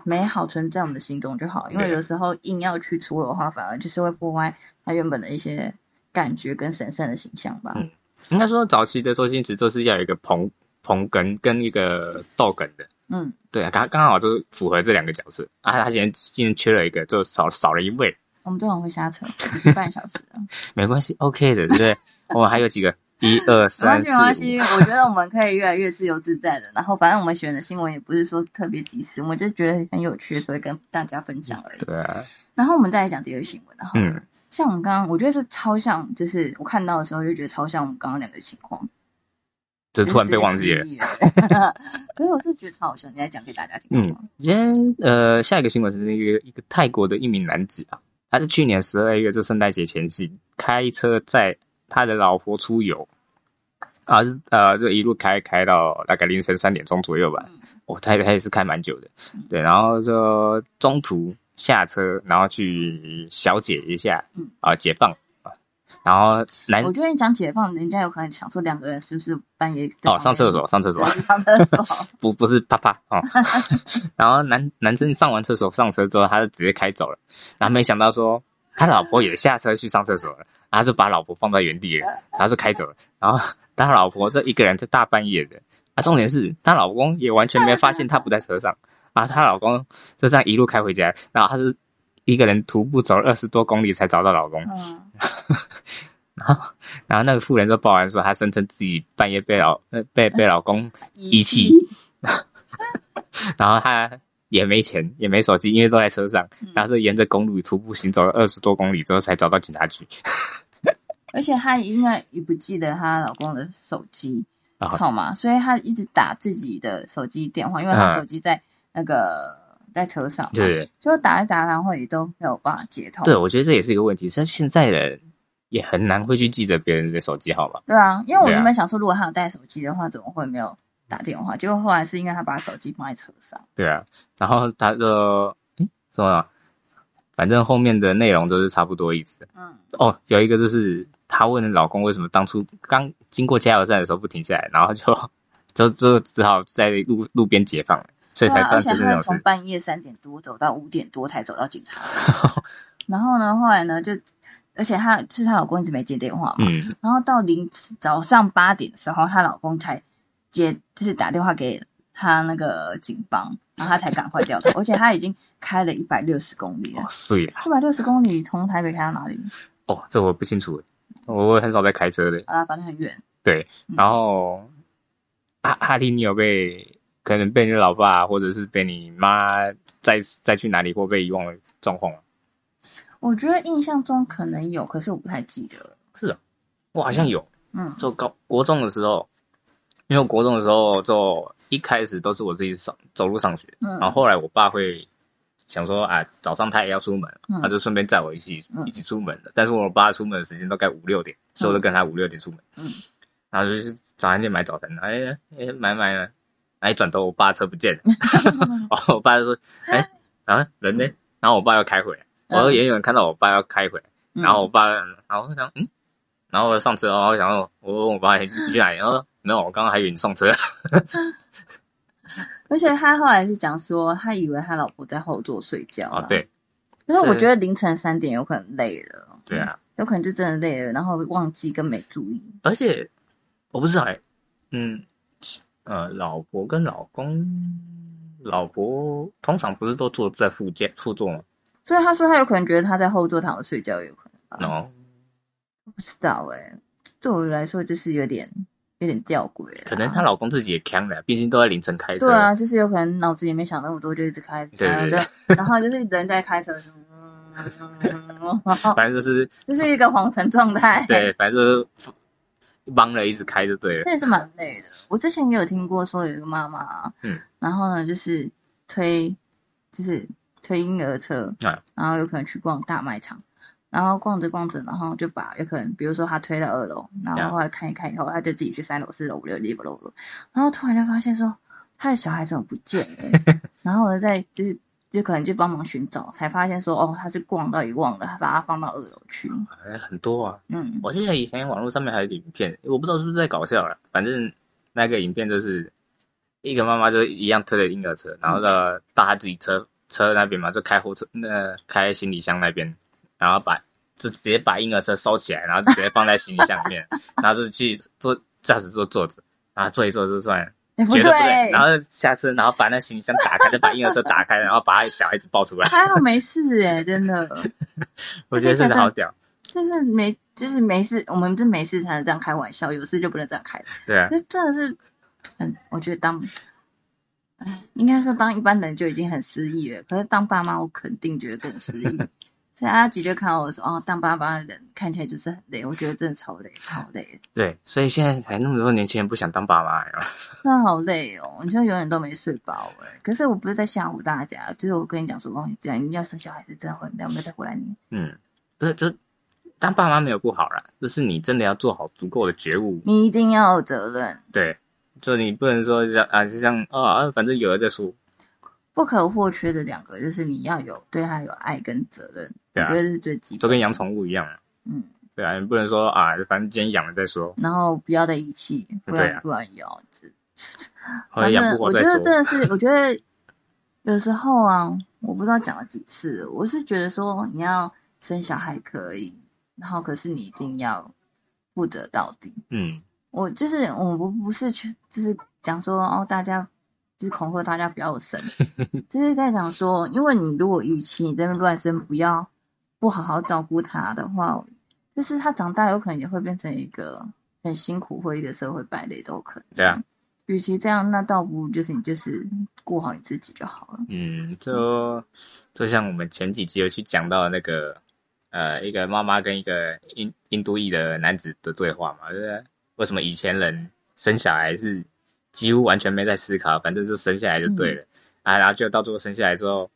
美好存在我们的心中就好，因为
对
有时候硬要去除的话，反而就是会破坏他原本的一些感觉跟神圣的形象吧。
嗯应该说早期的周星驰就是要有一个捧捧哏跟一个逗哏的，
嗯，
对啊，刚刚好就是符合这两个角色啊。他现在今天缺了一个，就少少了一位，
我们这种会瞎
[LAUGHS]
扯，已经半小时啊了，
没关系，OK 的，对不对？我们还有几个，一二
没关
三
系，
四
没关系。
五，
我觉得我们可以越来越自由自在的。然后反正我们选的新闻也不是说特别及时，我们就觉得很有趣，所以跟大家分享而已。
对啊，
然后我们再来讲第二个新闻，然后
嗯，
像我们刚刚，我觉得是超像，就是我看到的时候就觉得超像我们刚刚两个情况，
这突然被忘记了。
就是这个失忆了。 [LAUGHS] 所以我是觉得超好笑，你来讲给大家听。
嗯，今天呃，下一个新闻是一个一个泰国的一名男子啊，他是去年十二月，就圣诞节前夕，开车载他的老婆出游，啊是呃，就一路开开到大概凌晨三点钟左右吧
嗯。
哦，他他也是开蛮久的，对，然后就中途下车，然后去小解一下
嗯，
啊、解放啊，然后男
我觉得你讲解放，人家有可能想说两个人是不是半夜在
哦上厕所上厕所
旁，边，上厕
[LAUGHS]
所，
不不是啪啪哦。然后男男生上完厕所上车之后，他就直接开走了，然后没想到说他老婆也下车去上厕所了，然后就把老婆放在原地了，然后就开走了，然后他老婆这一个人在大半夜的，啊，重点是她老公也完全没发现她不在车上，啊，她老公就这样一路开回家，然后她是一个人徒步走了二十多公里才找到老公，
嗯，
然后然后那个妇人就报案说，她声称自己半夜被老呃被被老公遗弃然后他也没钱，也没手机，因为都在车上，
嗯
然后就沿着公路徒步行走了二十多公里之后，才找到警察局。
而且她因为也不记得她老公的手机
啊
号码，所以她一直打自己的手机电话，因为她
嗯
手机在那个在车上嘛，
对
就打一打，然后也都没有办法接通。
对，我觉得这也是一个问题，像现在的人也很难会去记着别人的手机号码。
对啊，因为我
对啊
原本想说，如果他有带手机的话，怎么会没有打电话？结果后来是因为他把手机放在车上。
对啊，然后他就诶什么啊，反正后面的内容都是差不多意思的。
嗯，
哦，有一个就是她问老公为什么当初刚经过加油站的时候不停下来，然后就就就只好在路路边解放了，所
对
以才
啊，而
发
且
生这
他
种
从
事。
半夜三点多走到五点多才走到警察局。然后呢，后来呢，就而且她是她老公一直没接电话嘛，
嗯，
然后到凌早上八点的时候，她老公才接，就是打电话给她那个警方，然后她才赶快调查，而且她已经开了一百六十公里
哦
了，，
碎啦。
一百六十公里从台北开到哪里？
哦，这我不清楚，我我很少在开车的。
啊，反正很远。
对，
嗯
然后阿阿丽，你有被可能被你老爸或者是被你妈再再去哪里或被遗忘的状况吗？
我觉得印象中可能有，可是我不太记得了。
是啊，我好像有，
嗯
就高国中的时候，因为我国中的时候就一开始都是我自己上走路上学，
嗯，
然后后来我爸会想说啊，早上他也要出门，
嗯
他就顺便载我一起、
嗯
一起出门的。但是我爸出门的时间大概五六点，所以我就跟他五六点出门。
嗯，
然后就是早餐店买早餐，哎哎买买买，哎转头我爸车不见
嗯
了，然 [LAUGHS] 后我爸就说哎，然后人呢？然后我爸要开回来，我就
嗯
远远看到我爸要开回来，
嗯
然后我爸，然后我想嗯。然后我上车，然后我想说我问我爸你去哪里，然后没有，我刚刚还以为你上车。
啊而且他后来是讲说，他以为他老婆在后座睡觉
哦
啊，，
对
可是我
是
觉得凌晨三点有可能累了，
对啊，
有可能就真的累了，然后忘记跟没注意。
而且我不知道哎、嗯，呃，老婆跟老公，老婆通常不是都坐在副驾副座吗？
所以他说他有可能觉得他在后座躺着睡觉，也有可能吧，
哦，
欸不知道哎、对我来说就是有点有点吊诡啦。
可能她老公自己也呛了，毕竟都在凌晨开车。
对啊，就是有可能脑子里面想那么多，就一直开，
对对对
然后就然后就是人在开车的时候，嗯，然
[LAUGHS]
后
反正就是
就是一个恍神状态。
对，反正就是忙了，一直开就对了。
这也是蛮累的。我之前也有听过说有一个妈妈，
嗯，
然后呢就是推，就是推婴儿车，
啊
然后有可能去逛大卖场，然后逛着逛着，然后就把有可能比如说他推到二楼，然
啊
后后来看一看以后，他就自己去三楼、四楼、五六、六楼，然后突然就发现说他的小孩怎么不见了、欸 [LAUGHS] 然后呢再就是。就可能就帮忙寻找，才发现说哦，他是逛到遗忘了，他把它放到二楼去。
反正很多啊，
嗯，
我记得以前网络上面还有一个影片，我不知道是不是在搞笑了。反正那个影片就是一个妈妈就一样推着婴儿车，然后到到她自己车车那边嘛，就开后车那开行李箱那边，然后把就直接把婴儿车收起来，然后直接放在行李箱里 [LAUGHS] 面，然后就去坐驾驶座坐着，然后坐一坐就算了
哎、不
觉
对，
得不对，然后下车然后把那行李箱打开，再把婴儿车打开，然后把他小孩子抱出来，
还好没事哎、真的。
我觉得 [LAUGHS] 真的好屌。
就是没，就是没事，我们这没事才能这样开玩笑，有事就不能这样开。
对啊，
这真的是，嗯，我觉得当，哎，应该说当一般人就已经很失意了，可是当爸妈，我肯定觉得更失意。所以阿吉就看到我说，哦，当爸妈的人看起来就是很累，我觉得真的超累，超累的，
对，所以现在才那么多年轻人不想当爸妈呀。
真的好累哦，你就永远都没睡饱哎。可是我不是在吓唬大家，就是我跟你讲说，哦，你这样你要生小孩子真的会很累，我没有再回来你。
嗯，这这当爸妈没有不好啦，就是你真的要做好足够的觉悟。
你一定要有责任，
对，就你不能说像啊，就像哦啊，反正有了再说。
不可或缺的两个就是你要有对他有爱跟责任，
对啊
我觉得是最基
就
本。
跟养宠物一样嘛。
嗯，
对啊，你不能说啊，反正今天养了再说，
然后不要再遗弃，不
对啊
然不然要。这
或者
反
养
正
不活
我
再
觉得真
说。
的是，我觉得有时候啊，我不知道讲了几次了，我是觉得说你要生小孩可以，然后可是你一定要负责到底。
嗯，
我就是我不不是去就是讲说哦，大家就是恐吓大家不要生，就是在讲说，因为你如果与其你在那边乱生，不要不好好照顾他的话，就是他长大有可能也会变成一个很辛苦或一个社会败类都有可能。
对啊，
与其这样，那倒不如就是你就是过好你自己就好了。
嗯，就就像我们前几集有去讲到的那个呃，一个妈妈跟一个印印度裔的男子的对话嘛，就是为什么以前人生小孩是几乎完全没在思考，反正就生下来就对了、啊，然后就到最后生下来之后。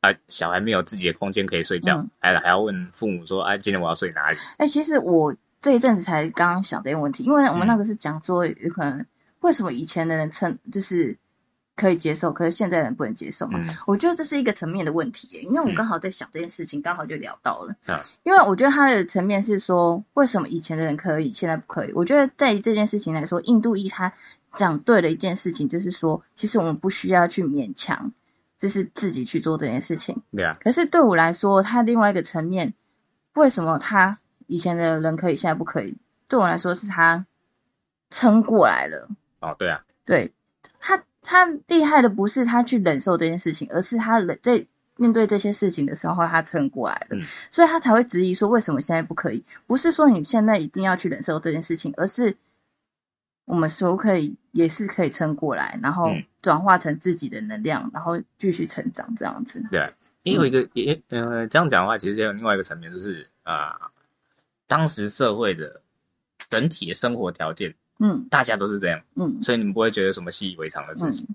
啊，小孩没有自己的空间可以睡觉
嗯，
还、还要问父母说，啊，今天我要睡哪里？
哎、其实我这一阵子才刚刚想这个问题，因为我们
嗯
那个是讲说，有可能为什么以前的人称就是可以接受，可是现在人不能接受嘛？
嗯，
我觉得这是一个层面的问题耶，因为我
嗯
刚好在想这件事情，刚好就聊到了。
啊
因为我觉得它的层面是说，为什么以前的人可以，现在不可以？我觉得在于这件事情来说，印度裔他讲对了一件事情，就是说，其实我们不需要去勉强，就是自己去做这件事情。
对啊，
可是对我来说，它另外一个层面，为什么他以前的人可以，现在不可以？对我来说，是他撑过来了。
哦，对啊，
对他，他厉害的不是他去忍受这件事情，而是他忍在面对这些事情的时候，他撑过来了，
嗯
所以他才会质疑说为什么现在不可以？不是说你现在一定要去忍受这件事情，而是我们所可以也是可以撑过来，然后
嗯
转化成自己的能量，然后继续成长这样子。
也
嗯
有一个也呃，这样讲的话，其实也有另外一个层面，就是啊、当时社会的整体的生活条件，
嗯
大家都是这样，
嗯
所以你们不会觉得什么习以为常的事
嗯
情，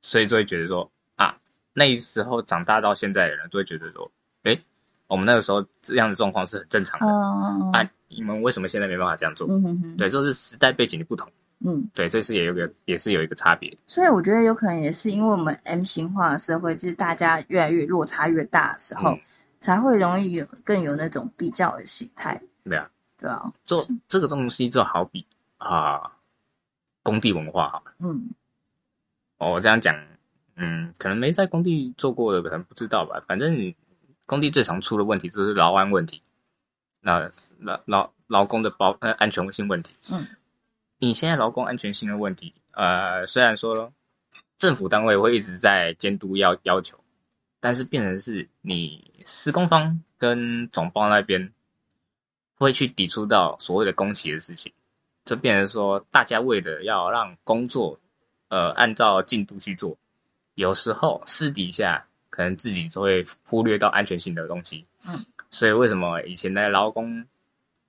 所以就会觉得说啊，那时候长大到现在的人，就会觉得说，诶，我们那个时候这样的状况是很正常的、
哦
啊，你们为什么现在没办法这样做？
嗯哼哼，
对，就是时代背景的不同，
嗯。
对，这是也有个也是有一个差别，
所以我觉得有可能也是因为我们 M 型化的社会，就是大家越来越落差越大的时候，
嗯
才会容易有更有那种比较的心态，
对啊，
对啊，
做这个东西就好比啊、工地文化好了。
嗯
哦，我这样讲，嗯，可能没在工地做过的，可能不知道吧。反正你工地最常出的问题就是劳安问题，那劳劳劳工的保呃安全性问题。
嗯，
你现在劳工安全性的问题，呃，虽然说政府单位会一直在监督要要求，但是变成是你施工方跟总包那边会去抵触到所谓的工期的事情。就变成说，大家为了要让工作，呃，按照进度去做，有时候私底下可能自己就会忽略到安全性的东西。
嗯，
所以为什么以前的劳工，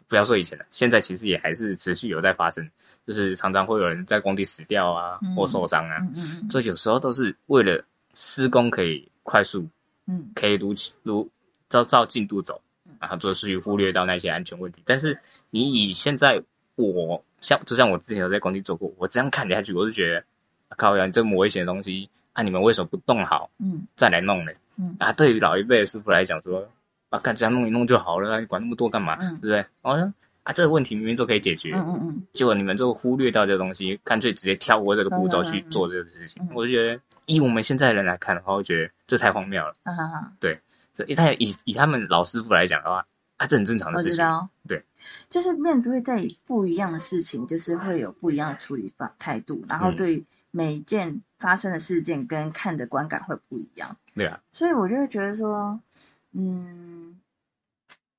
不要说以前了，现在其实也还是持续有在发生，就是常常会有人在工地死掉啊，
嗯
或受伤啊。
嗯嗯
这有时候都是为了施工可以快速，
嗯
可以如期如照照进度走
嗯，
然后就是忽略到那些安全问题。但是你以现在我像就像我之前有在工地做过，我这样看下去，我就觉得啊靠呀，你这么危险的东西，啊你们为什么不动好
嗯
再来弄呢？
嗯
啊，对于老一辈的师傅来讲说，啊干这样弄一弄就好了啊，你管那么多干嘛？
嗯
对不对？好像啊这个问题明明就可以解决，
嗯嗯
结果你们就忽略到这个东西，干脆直接跳过这个步
嗯
骤
嗯嗯
去做这个事情
嗯。
我就觉得，以我们现在人来看的话，我觉得这太荒谬了。
嗯，哈哈，
这一旦以以他们老师傅来讲的话，啊，这很正常的
我
事
知
情。
道。
对，
就是面对在不一样的事情，就是会有不一样的处理法态度，然后
嗯
对每一件发生的事件跟看的观感会不一样。
对啊，
所以我就会觉得说，嗯，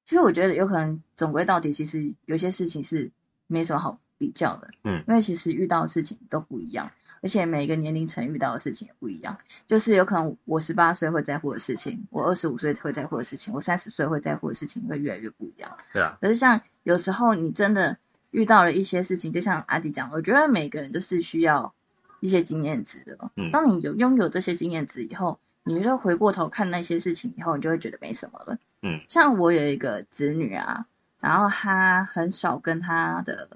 其实我觉得有可能总归到底，其实有些事情是没什么好比较的，
嗯
因为其实遇到的事情都不一样，而且每个年龄层遇到的事情也不一样。就是有可能我十八岁会在乎的事情，我二十五岁会在乎的事情，我三十岁会在乎的事情会越来越不一样。
对啊，
可是像有时候你真的遇到了一些事情，就像阿吉讲，我觉得每个人都是需要一些经验值的。哦
嗯
当你有拥有这些经验值以后，你就回过头看那些事情以后，你就会觉得没什么了。
嗯，
像我有一个侄女啊，然后她很少跟她的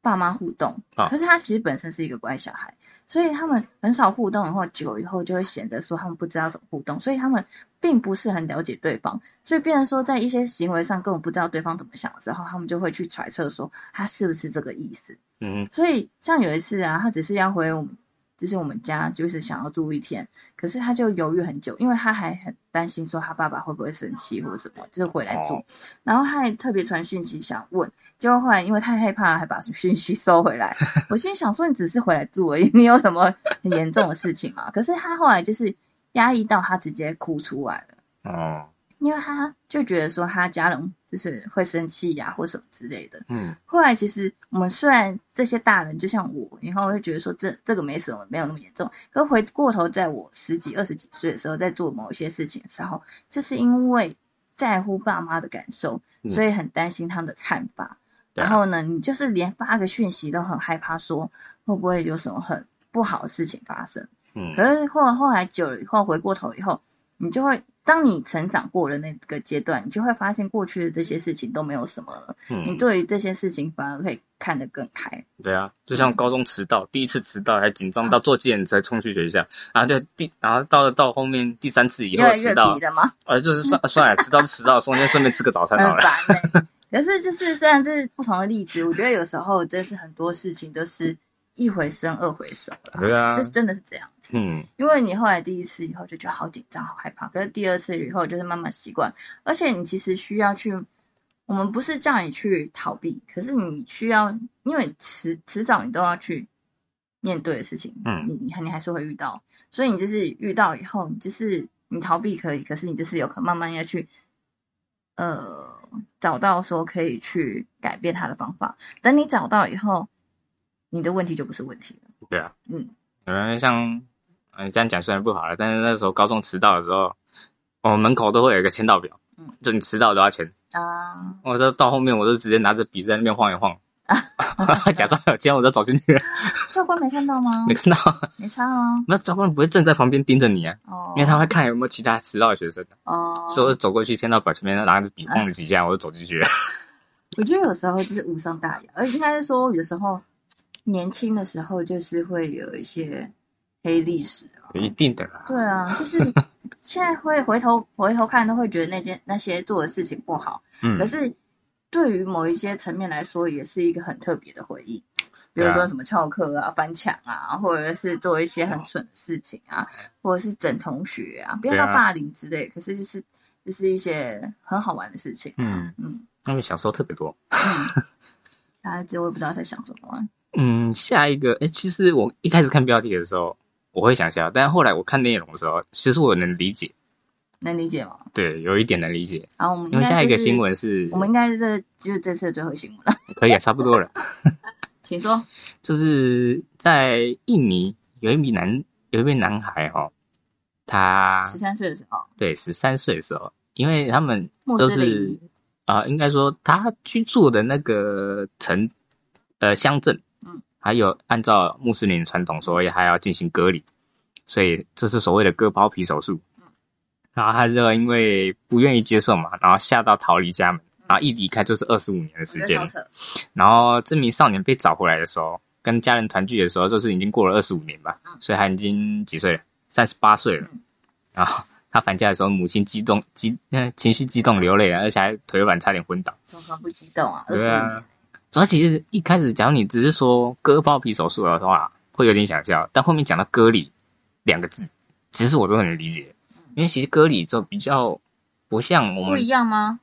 爸妈互动，
啊
可是她其实本身是一个乖小孩，所以他们很少互动，然后久以后就会显得说他们不知道怎么互动，所以他们并不是很了解对方，所以变成说在一些行为上根本不知道对方怎么想的时候，他们就会去揣测说他是不是这个意思。
嗯
所以像有一次啊，他只是要回我们，就是我们家，就是想要住一天，可是他就犹豫很久，因为他还很担心说他爸爸会不会生气或者什么，就是回来住。
哦
然后他还特别传讯息想问，结果后来因为太害怕了，还把讯息收回来。我心里想说，你只是回来住而已，你有什么很严重的事情吗？可是他后来就是压抑到他直接哭出来了。
哼，哦，
因为他就觉得说他家人就是会生气呀、或什么之类的。
嗯
后来其实我们虽然这些大人就像我，然后就觉得说这这个没什么，没有那么严重。可回过头，在我十几、二十几岁的时候，在做某一些事情的时候，就是因为在乎爸妈的感受，
嗯
所以很担心他们的看法。
对啊
然后呢，你就是连发个讯息都很害怕，说会不会有什么很不好的事情发生。可
嗯，
是后来后来久了以后，回过头以后，你就会，当你成长过了那个阶段，你就会发现过去的这些事情都没有什么了。你
嗯，
对于这些事情反而可以看得更开。
对啊，就像高中迟到，第一次迟到还紧张到坐计程车冲去学校，然后就第，然后到了到后面第三次以
越
后
来
迟
越
到
皮，了
[LAUGHS]
吗？
呃，就是算算了，迟到就迟到，中间顺便吃个早餐
很
好了。
烦呢、可是就是虽然这是不同的例子，我觉得有时候真是很多事情都是一回生二回熟了，
对啊
这，真嗯的是这样子。
嗯，
因为你后来第一次以后就觉得好紧张、好害怕，可是第二次以后就是慢慢习惯，而且你其实需要去，我们不是叫你去逃避，可是你需要，因为迟迟早你都要去面对的事情，
嗯
你你你还是会遇到，所以你就是遇到以后，你就是你逃避可以，可是你就是有可能慢慢要去，呃，找到说可以去改变它的方法，等你找到以后，你的问题就不是问题了，
对啊，
嗯，
嗯，像嗯这样讲虽然不好了，但是那时候高中迟到的时候，我们门口都会有一个签到表
嗯，
就你迟到都要签。
啊、
我哦这到后面我就直接拿着笔在那边晃一晃， [LAUGHS] 假装有签，我就走
[LAUGHS]
进去了，
教官没看到吗？
没看到。
没差哦。
那教官不会站在旁边盯着你啊，
哦，
因为他会看有没有其他迟到的学生，
哦，
所以我就走过去签到表前面，拿着笔晃了几下，我就走进去了。
我觉得有时候就是无伤大雅，而应该是说有时候年轻的时候就是会有一些黑历史啊。
一定的啦，
对啊，就是 [LAUGHS] 现在会回头回头看，都会觉得那件那些做的事情不好，
嗯
可，是对于某一些层面来说，也是一个很特别的回忆。比如
对啊
说什么翘课啊、翻墙啊，或者是做一些很蠢的事情啊，或者是整同学啊，不要
对啊
到霸凌之类，可是就是就是一些很好玩的事情。
嗯
嗯
那边小时候特别多。
嗯，下一集我也不知道在想什么。啊
嗯，下一个，哎、其实我一开始看标题的时候，我会想笑，但后来我看内容的时候，其实我能理解，
能理解吗？啊
对，有一点能理解，
然后我们
因
应
为
该、就是、
下一个新，闻是，
我们应该是这就是这次的最后新闻了。
可以啊，差不多了。
请说。
就是在印尼有一名男有一位男孩哦，他
十三岁的时候，
对十三岁的时候，因为他们
穆
都
斯
是
林
啊、呃应该说他居住的那个城呃乡镇，
嗯，
还有按照穆斯林传统所以还要进行割礼，所以这是所谓的割包皮手术。
嗯
然后他就因为不愿意接受嘛，然后吓到逃离家门，然后一离开就是二十五年的时
我在
间
超。扯，
然后这名少年被找回来的时候，跟家人团聚的时候，就是已经过了二十五年吧，所以他已经几岁了？三十八岁了
嗯。
然后他返家的时候，母亲激动激呃情绪激动流泪了，而且还腿软差点昏倒。
怎么不激动啊？二十
对
五
啊
年，，
主要其实一开始讲你只是说割包皮手术的话，会有点想笑，但后面讲到割礼两个字，其实我都很能理
嗯
解，因为其实割礼就比较不像我
不
们
一样吗？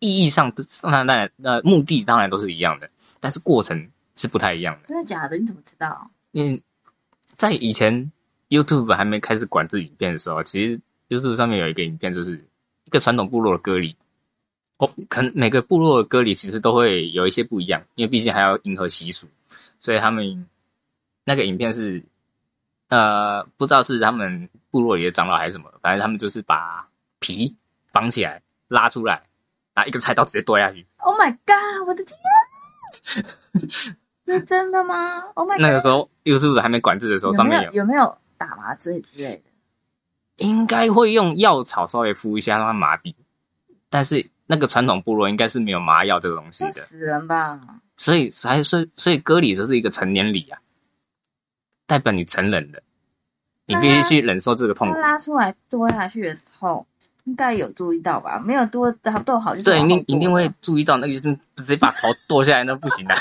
意义上的，那那那目的当然都是一样的，但是过程是不太一样的。
真的假的？你怎么知道？
因为在以前 YouTube 还没开始管制影片的时候，其实 YouTube 上面有一个影片，就是一个传统部落的割礼。哦，可能每个部落的割礼其实都会有一些不一样，因为毕竟还要迎合习俗，所以他们那个影片是，呃，不知道是他们部落里的长老还是什么，反正他们就是把皮绑起来拉出来，拿一个菜刀直接剁下去，
Oh my god！我的天、啊，是真的吗？Oh my god！
[LAUGHS] 那个时候 YouTube 还没管制的时候，
有
上
没
面
有有没有打麻醉之类的？
应该会用药草稍微敷一下让它麻痹，但是那个传统部落应该是没有麻药这个东西
要
的，
死人吧？
所以还所以所以割礼这是一个成年礼啊，代表你成人的，你必须去忍受这个痛
他
苦。
拉出来剁下去的时候，应该有注意到吧？没有剁到剁好就是
对，一
往后
定一定
剁
会
的
注意到那个，就是直接把头剁下来那不行的、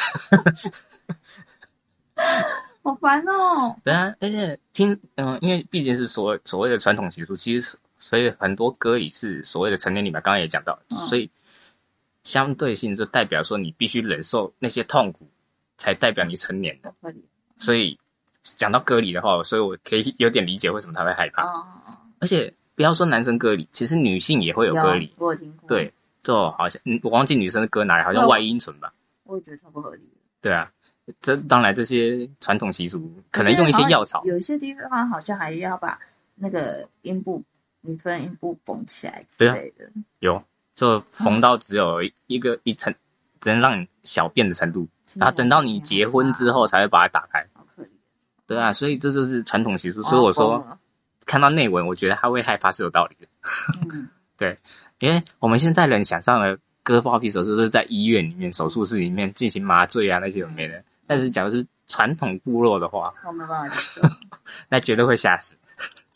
好烦哦。
对啊，而且听，嗯、因为毕竟是所所谓的传统习俗，其实所以很多歌也是所谓的成年礼嘛，刚刚也讲到，
嗯
所以相对性就代表说你必须忍受那些痛苦，才代表你成年的。
合理
所以讲到割礼的话，所以我可以有点理解为什么他会害怕。
哦，
而且不要说男生割礼，其实女性也会有
有啊
割礼，
我有听过。，
对，就好像嗯我忘记女生的割哪里，好像
那我
外阴唇吧，
我也觉得超不合理的。
对啊。这当然，这些传统习俗可能
我记得
用一些
好像
药草，
有一些地方好像还要把那个阴部、女分阴部缝起来之
对啊
类的。
有，就缝
嗯
到只有一个一层，只能让你小便的程度，
啊
然后等到你结婚之后才会把它打开。
好可怜。
对啊，所以这就是传统习俗。
哦
所以我
疯
说
了
看到内文，我觉得他会害怕是有道理的，
嗯，
因为我们现在人想象的割包皮手术都是在医院里面、手术室里面进行麻醉啊那些有没的，但是假如是传统部落的话，
我没办法接受。
那绝对会吓死。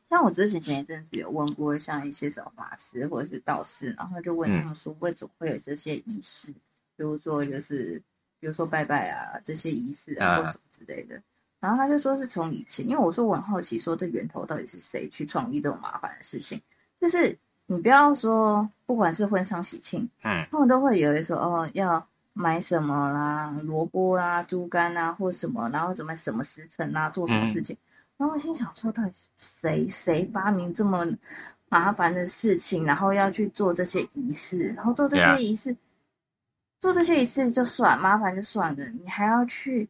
像我之前前一阵子有问过像一些什么法师或者是道士，然后就问他们说为什么会有这些仪式，比如说就是比如说拜拜啊这些仪式啊
啊
或什么之类的。然后他就说是从以前，因为我说我很好奇，说这源头到底是谁去创立这种麻烦的事情？就是你不要说，不管是婚丧喜庆，
嗯，
他们都会有人说哦要买什么啦，萝卜啦、猪肝啦或什么，然后怎么什么时辰啦，做什么事
嗯
情。然后我心想说，到底谁谁发明这么麻烦的事情，然后要去做这些仪式，然后做这
对啊
些仪式，做这些仪式就算麻烦就算了，你还要去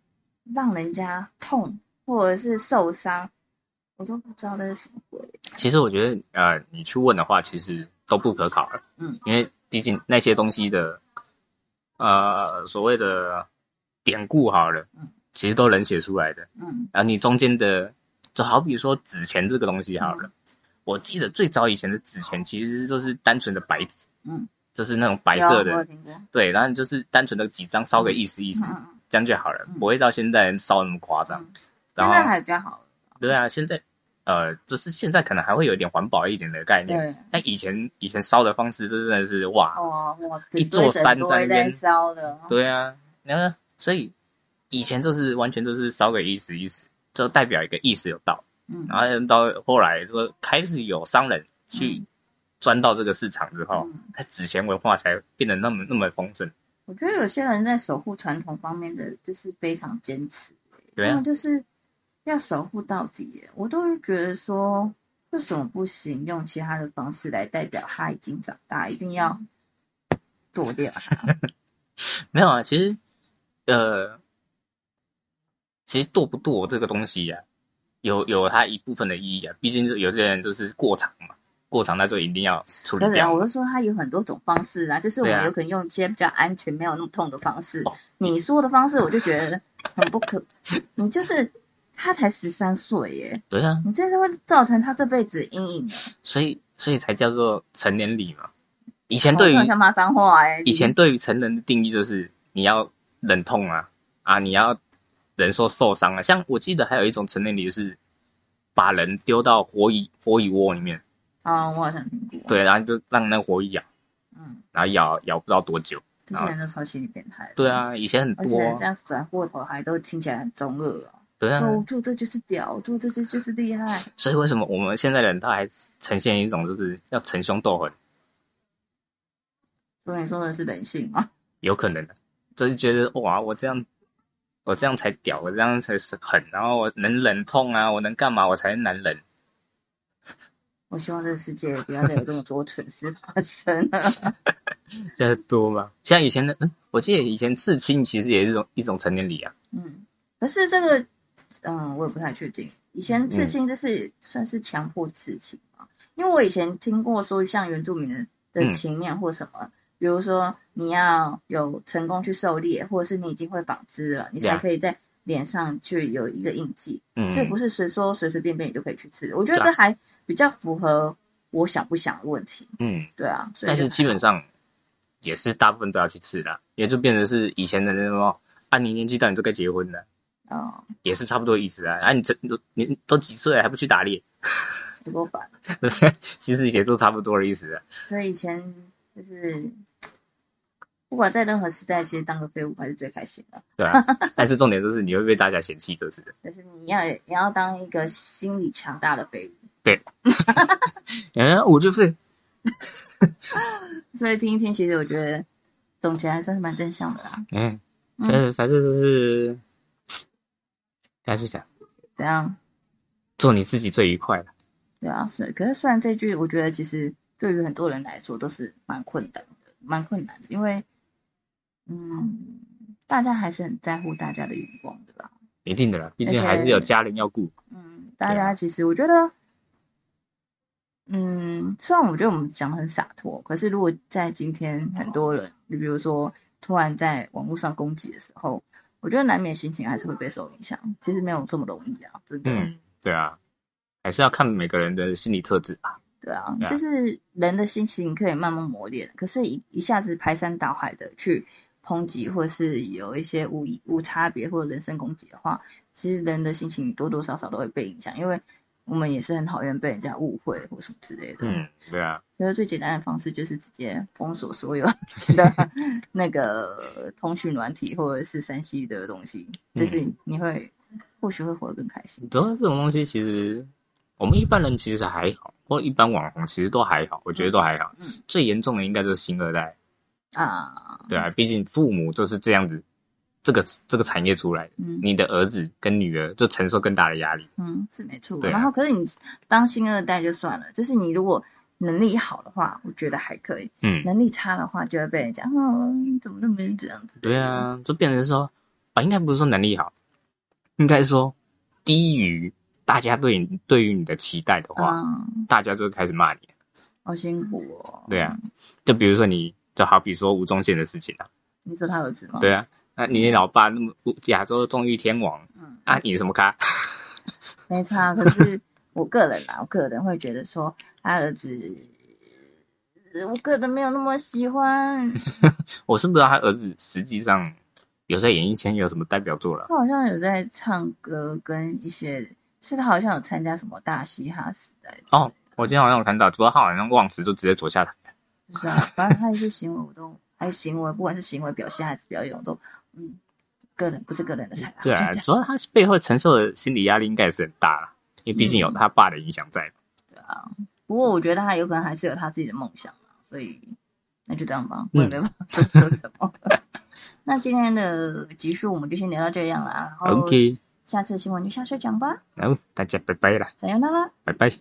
让人家痛或者是受伤，我都不知道那是什么鬼。
其实我觉得，呃，你去问的话，其实都不可考了。
嗯，
因为毕竟那些东西的，呃，所谓的典故好了，
嗯
其实都能写出来的。
嗯，
然后你中间的，就好比说纸钱这个东西好
嗯
了，我记得最早以前的纸钱其实就是单纯的白纸，
嗯，
就是那种白
有
色
我有
的，
听过，
对，然后你就是单纯的几张烧个意思意
嗯
思，
嗯嗯，
这样就好了，
嗯
不会到现在烧那么夸张。
嗯
然
现
后
在还比较好了，
对啊，现在呃，就是现在可能还会有一点环保一点的概念，
对。
但以前以前烧的方式，真的是哇，
哦，我
一座山在那边
烧哦的，
对啊，然后所以以前就是完全都是烧个意思意思，就代表一个意思有道。
嗯，
然后到后来说开始有商人去
嗯
钻到这个市场之后，
嗯
它纸钱文化才变得那么那么丰盛。
我觉得有些人在守护传统方面的就是非常坚持，
对
他
啊
们，就是要守护到底耶。我都是觉得说，为什么不行用其他的方式来代表他已经长大，一定要
[LAUGHS]
剁掉它？
没有啊，其实呃，其实堕不堕这个东西呀、有有它一部分的意义啊。毕竟是有些人就是过场嘛，过场那就一定要处理
可是啊，
掉。
我就说它有很多种方式啊，就是我
对
们
啊
有可能用一些比较安全、没有那么痛的方式。
哦
你说的方式，我就觉得很不可。 [LAUGHS] 你就是他才十三岁耶，
对啊，
你真是会造成他这辈子的阴影。
所以所以才叫做成年礼嘛。以前
我
对于、
突然想骂脏话哎，
以前对于成人的定义就是你要忍痛啊啊，你要忍受受伤啊。像我记得还有一种成年礼就是把人丢到火蚁火蚁窝里面，
啊、我好像听过，
对，然后就让那个火蚁咬，
嗯，
然后咬咬不知道多久。
这些人都超心理变态。
对，啊，以前很
而
多
且
啊、
这样转过头还都听起来很中二哦。
对啊，
哦，做这就是屌，做这这就是厉害。
所以为什么我们现在人他还呈现一种就是要逞凶斗狠，
所以你说的是人性吗？
有可能的，就是觉得哇，我这样我这样才屌，我这样才是狠，然后我能忍痛啊，我能干嘛，我才是男人。
我希望这个世界不要再有这么多蠢事发生了。
现在多吗？像以前的，嗯，我记得以前刺青其实也是一种一种成年礼啊。
嗯，可是这个，嗯，我也不太确定。以前
嗯
刺青就是、算是强迫刺青嘛，因为我以前听过说，像原住民的
嗯
的情面或什么，比如说你要有成功去狩猎，或者是你已经会纺织了，你
对啊
才可以在脸上去有一个印记。
嗯，
所以不是随说随随便便你就可以去刺。我觉得
对啊
这还比较符合我想不想的问题。
嗯，
对啊，所以
但
就是
基本上也是大部分都要去刺的，也就变成是以前的那种，啊，你年纪大你就该结婚了，
哦，
也是差不多的意思啊。啊，你这都你都几岁了还不去打猎，
不够烦。
[LAUGHS] 其实也都差不多的意思啊。
所以以前就是，不管在任何时代，其实当个废物还是最开心的。[LAUGHS]
对啊，但是重点就是你会被大家嫌弃，就是的。
但是你要也要当一个心理强大的废物。
嗯，我就是
所以听一听，其实我觉得总结还算是蛮正向的啦。
嗯，
嗯
嗯，反正就是，大家去想，
怎样？
做你自己最愉快的。
对啊，是。可是虽然这句，我觉得其实对于很多人来说都是蛮困难的，蛮困难的，因为嗯，大家还是很在乎大家的眼光的啦。
一定的啦，毕竟
而且
还是有家人要顾。
嗯，大
对啊
家其实我觉得，嗯，虽然我觉得我们讲的很洒脱，可是如果在今天很多人，你比如说突然在网络上攻击的时候，我觉得难免心情还是会被受影响。其实没有这么容易啊，真的。
嗯，对啊，还是要看每个人的心理特质吧。
对啊，
对啊
就是人的心情可以慢慢磨练，可是一一下子排山倒海的去抨击，或是有一些无以无差别或者人身攻击的话，其实人的心情多多少少都会被影响，因为我们也是很讨厌被人家误会或什么之类的。，
嗯，对啊，
所以最简单的方式就是直接封锁所有
[LAUGHS]
的那个通讯软体或者是山西的东西，就是你会或许会活得更开心。
主要这种东西其实我们一般人其实还好，或一般网红其实都还好，我觉得都还好。
嗯
最严重的应该就是星二代，
啊，
对啊，毕竟父母就是这样子，这个这个产业出来的，
嗯。
你的儿子跟女儿就承受更大的压力。
嗯，是没错。
对啊
然后，可是你当星二代就算了，就是你如果能力好的话，我觉得还可以；
嗯，
能力差的话，就会被人讲，哦，你怎么那么这样子？
对，啊，就变成是说啊，应该不是说能力好，应该说低于大家对你对于你的期待的话，
啊，
大家就会开始骂你。啊
好辛苦哦。
对啊，就比如说你，就好比说吴宗宪的事情啊，
你说他儿子吗？
对，啊，那你老爸那么亚洲纵欲天王
嗯，
啊，你什么咖？ [LAUGHS]
没差。可是我个人啊，我个人会觉得说，他儿子，我个人没有那么喜欢。
我是不知道他儿子实际上有在演艺圈有什么代表作了，
他好像有在唱歌，跟一些是他好像有参加什么大嘻哈时代
哦。我今天好像有看到，主要他好像忘词就直接走下台，
不知道，啊反正他一些行为我都， [LAUGHS] 还有行为，不管是行为表现还是表演，我都，嗯，个人不是个人的菜啊，
对
就
啊，
这样
主要他背后承受的心理压力应该也是很大啦，因为毕竟有
嗯
他爸的影响在。
对啊。不过我觉得他有可能还是有他自己的梦想啊，所以那就这样
嗯
吧，我也没办法多 [LAUGHS] 说什么。那今天的集数我们就先聊到这样啦，然后
OK，
下次新闻就下次讲吧，
然后大家拜拜啦，
再见啦。
拜拜。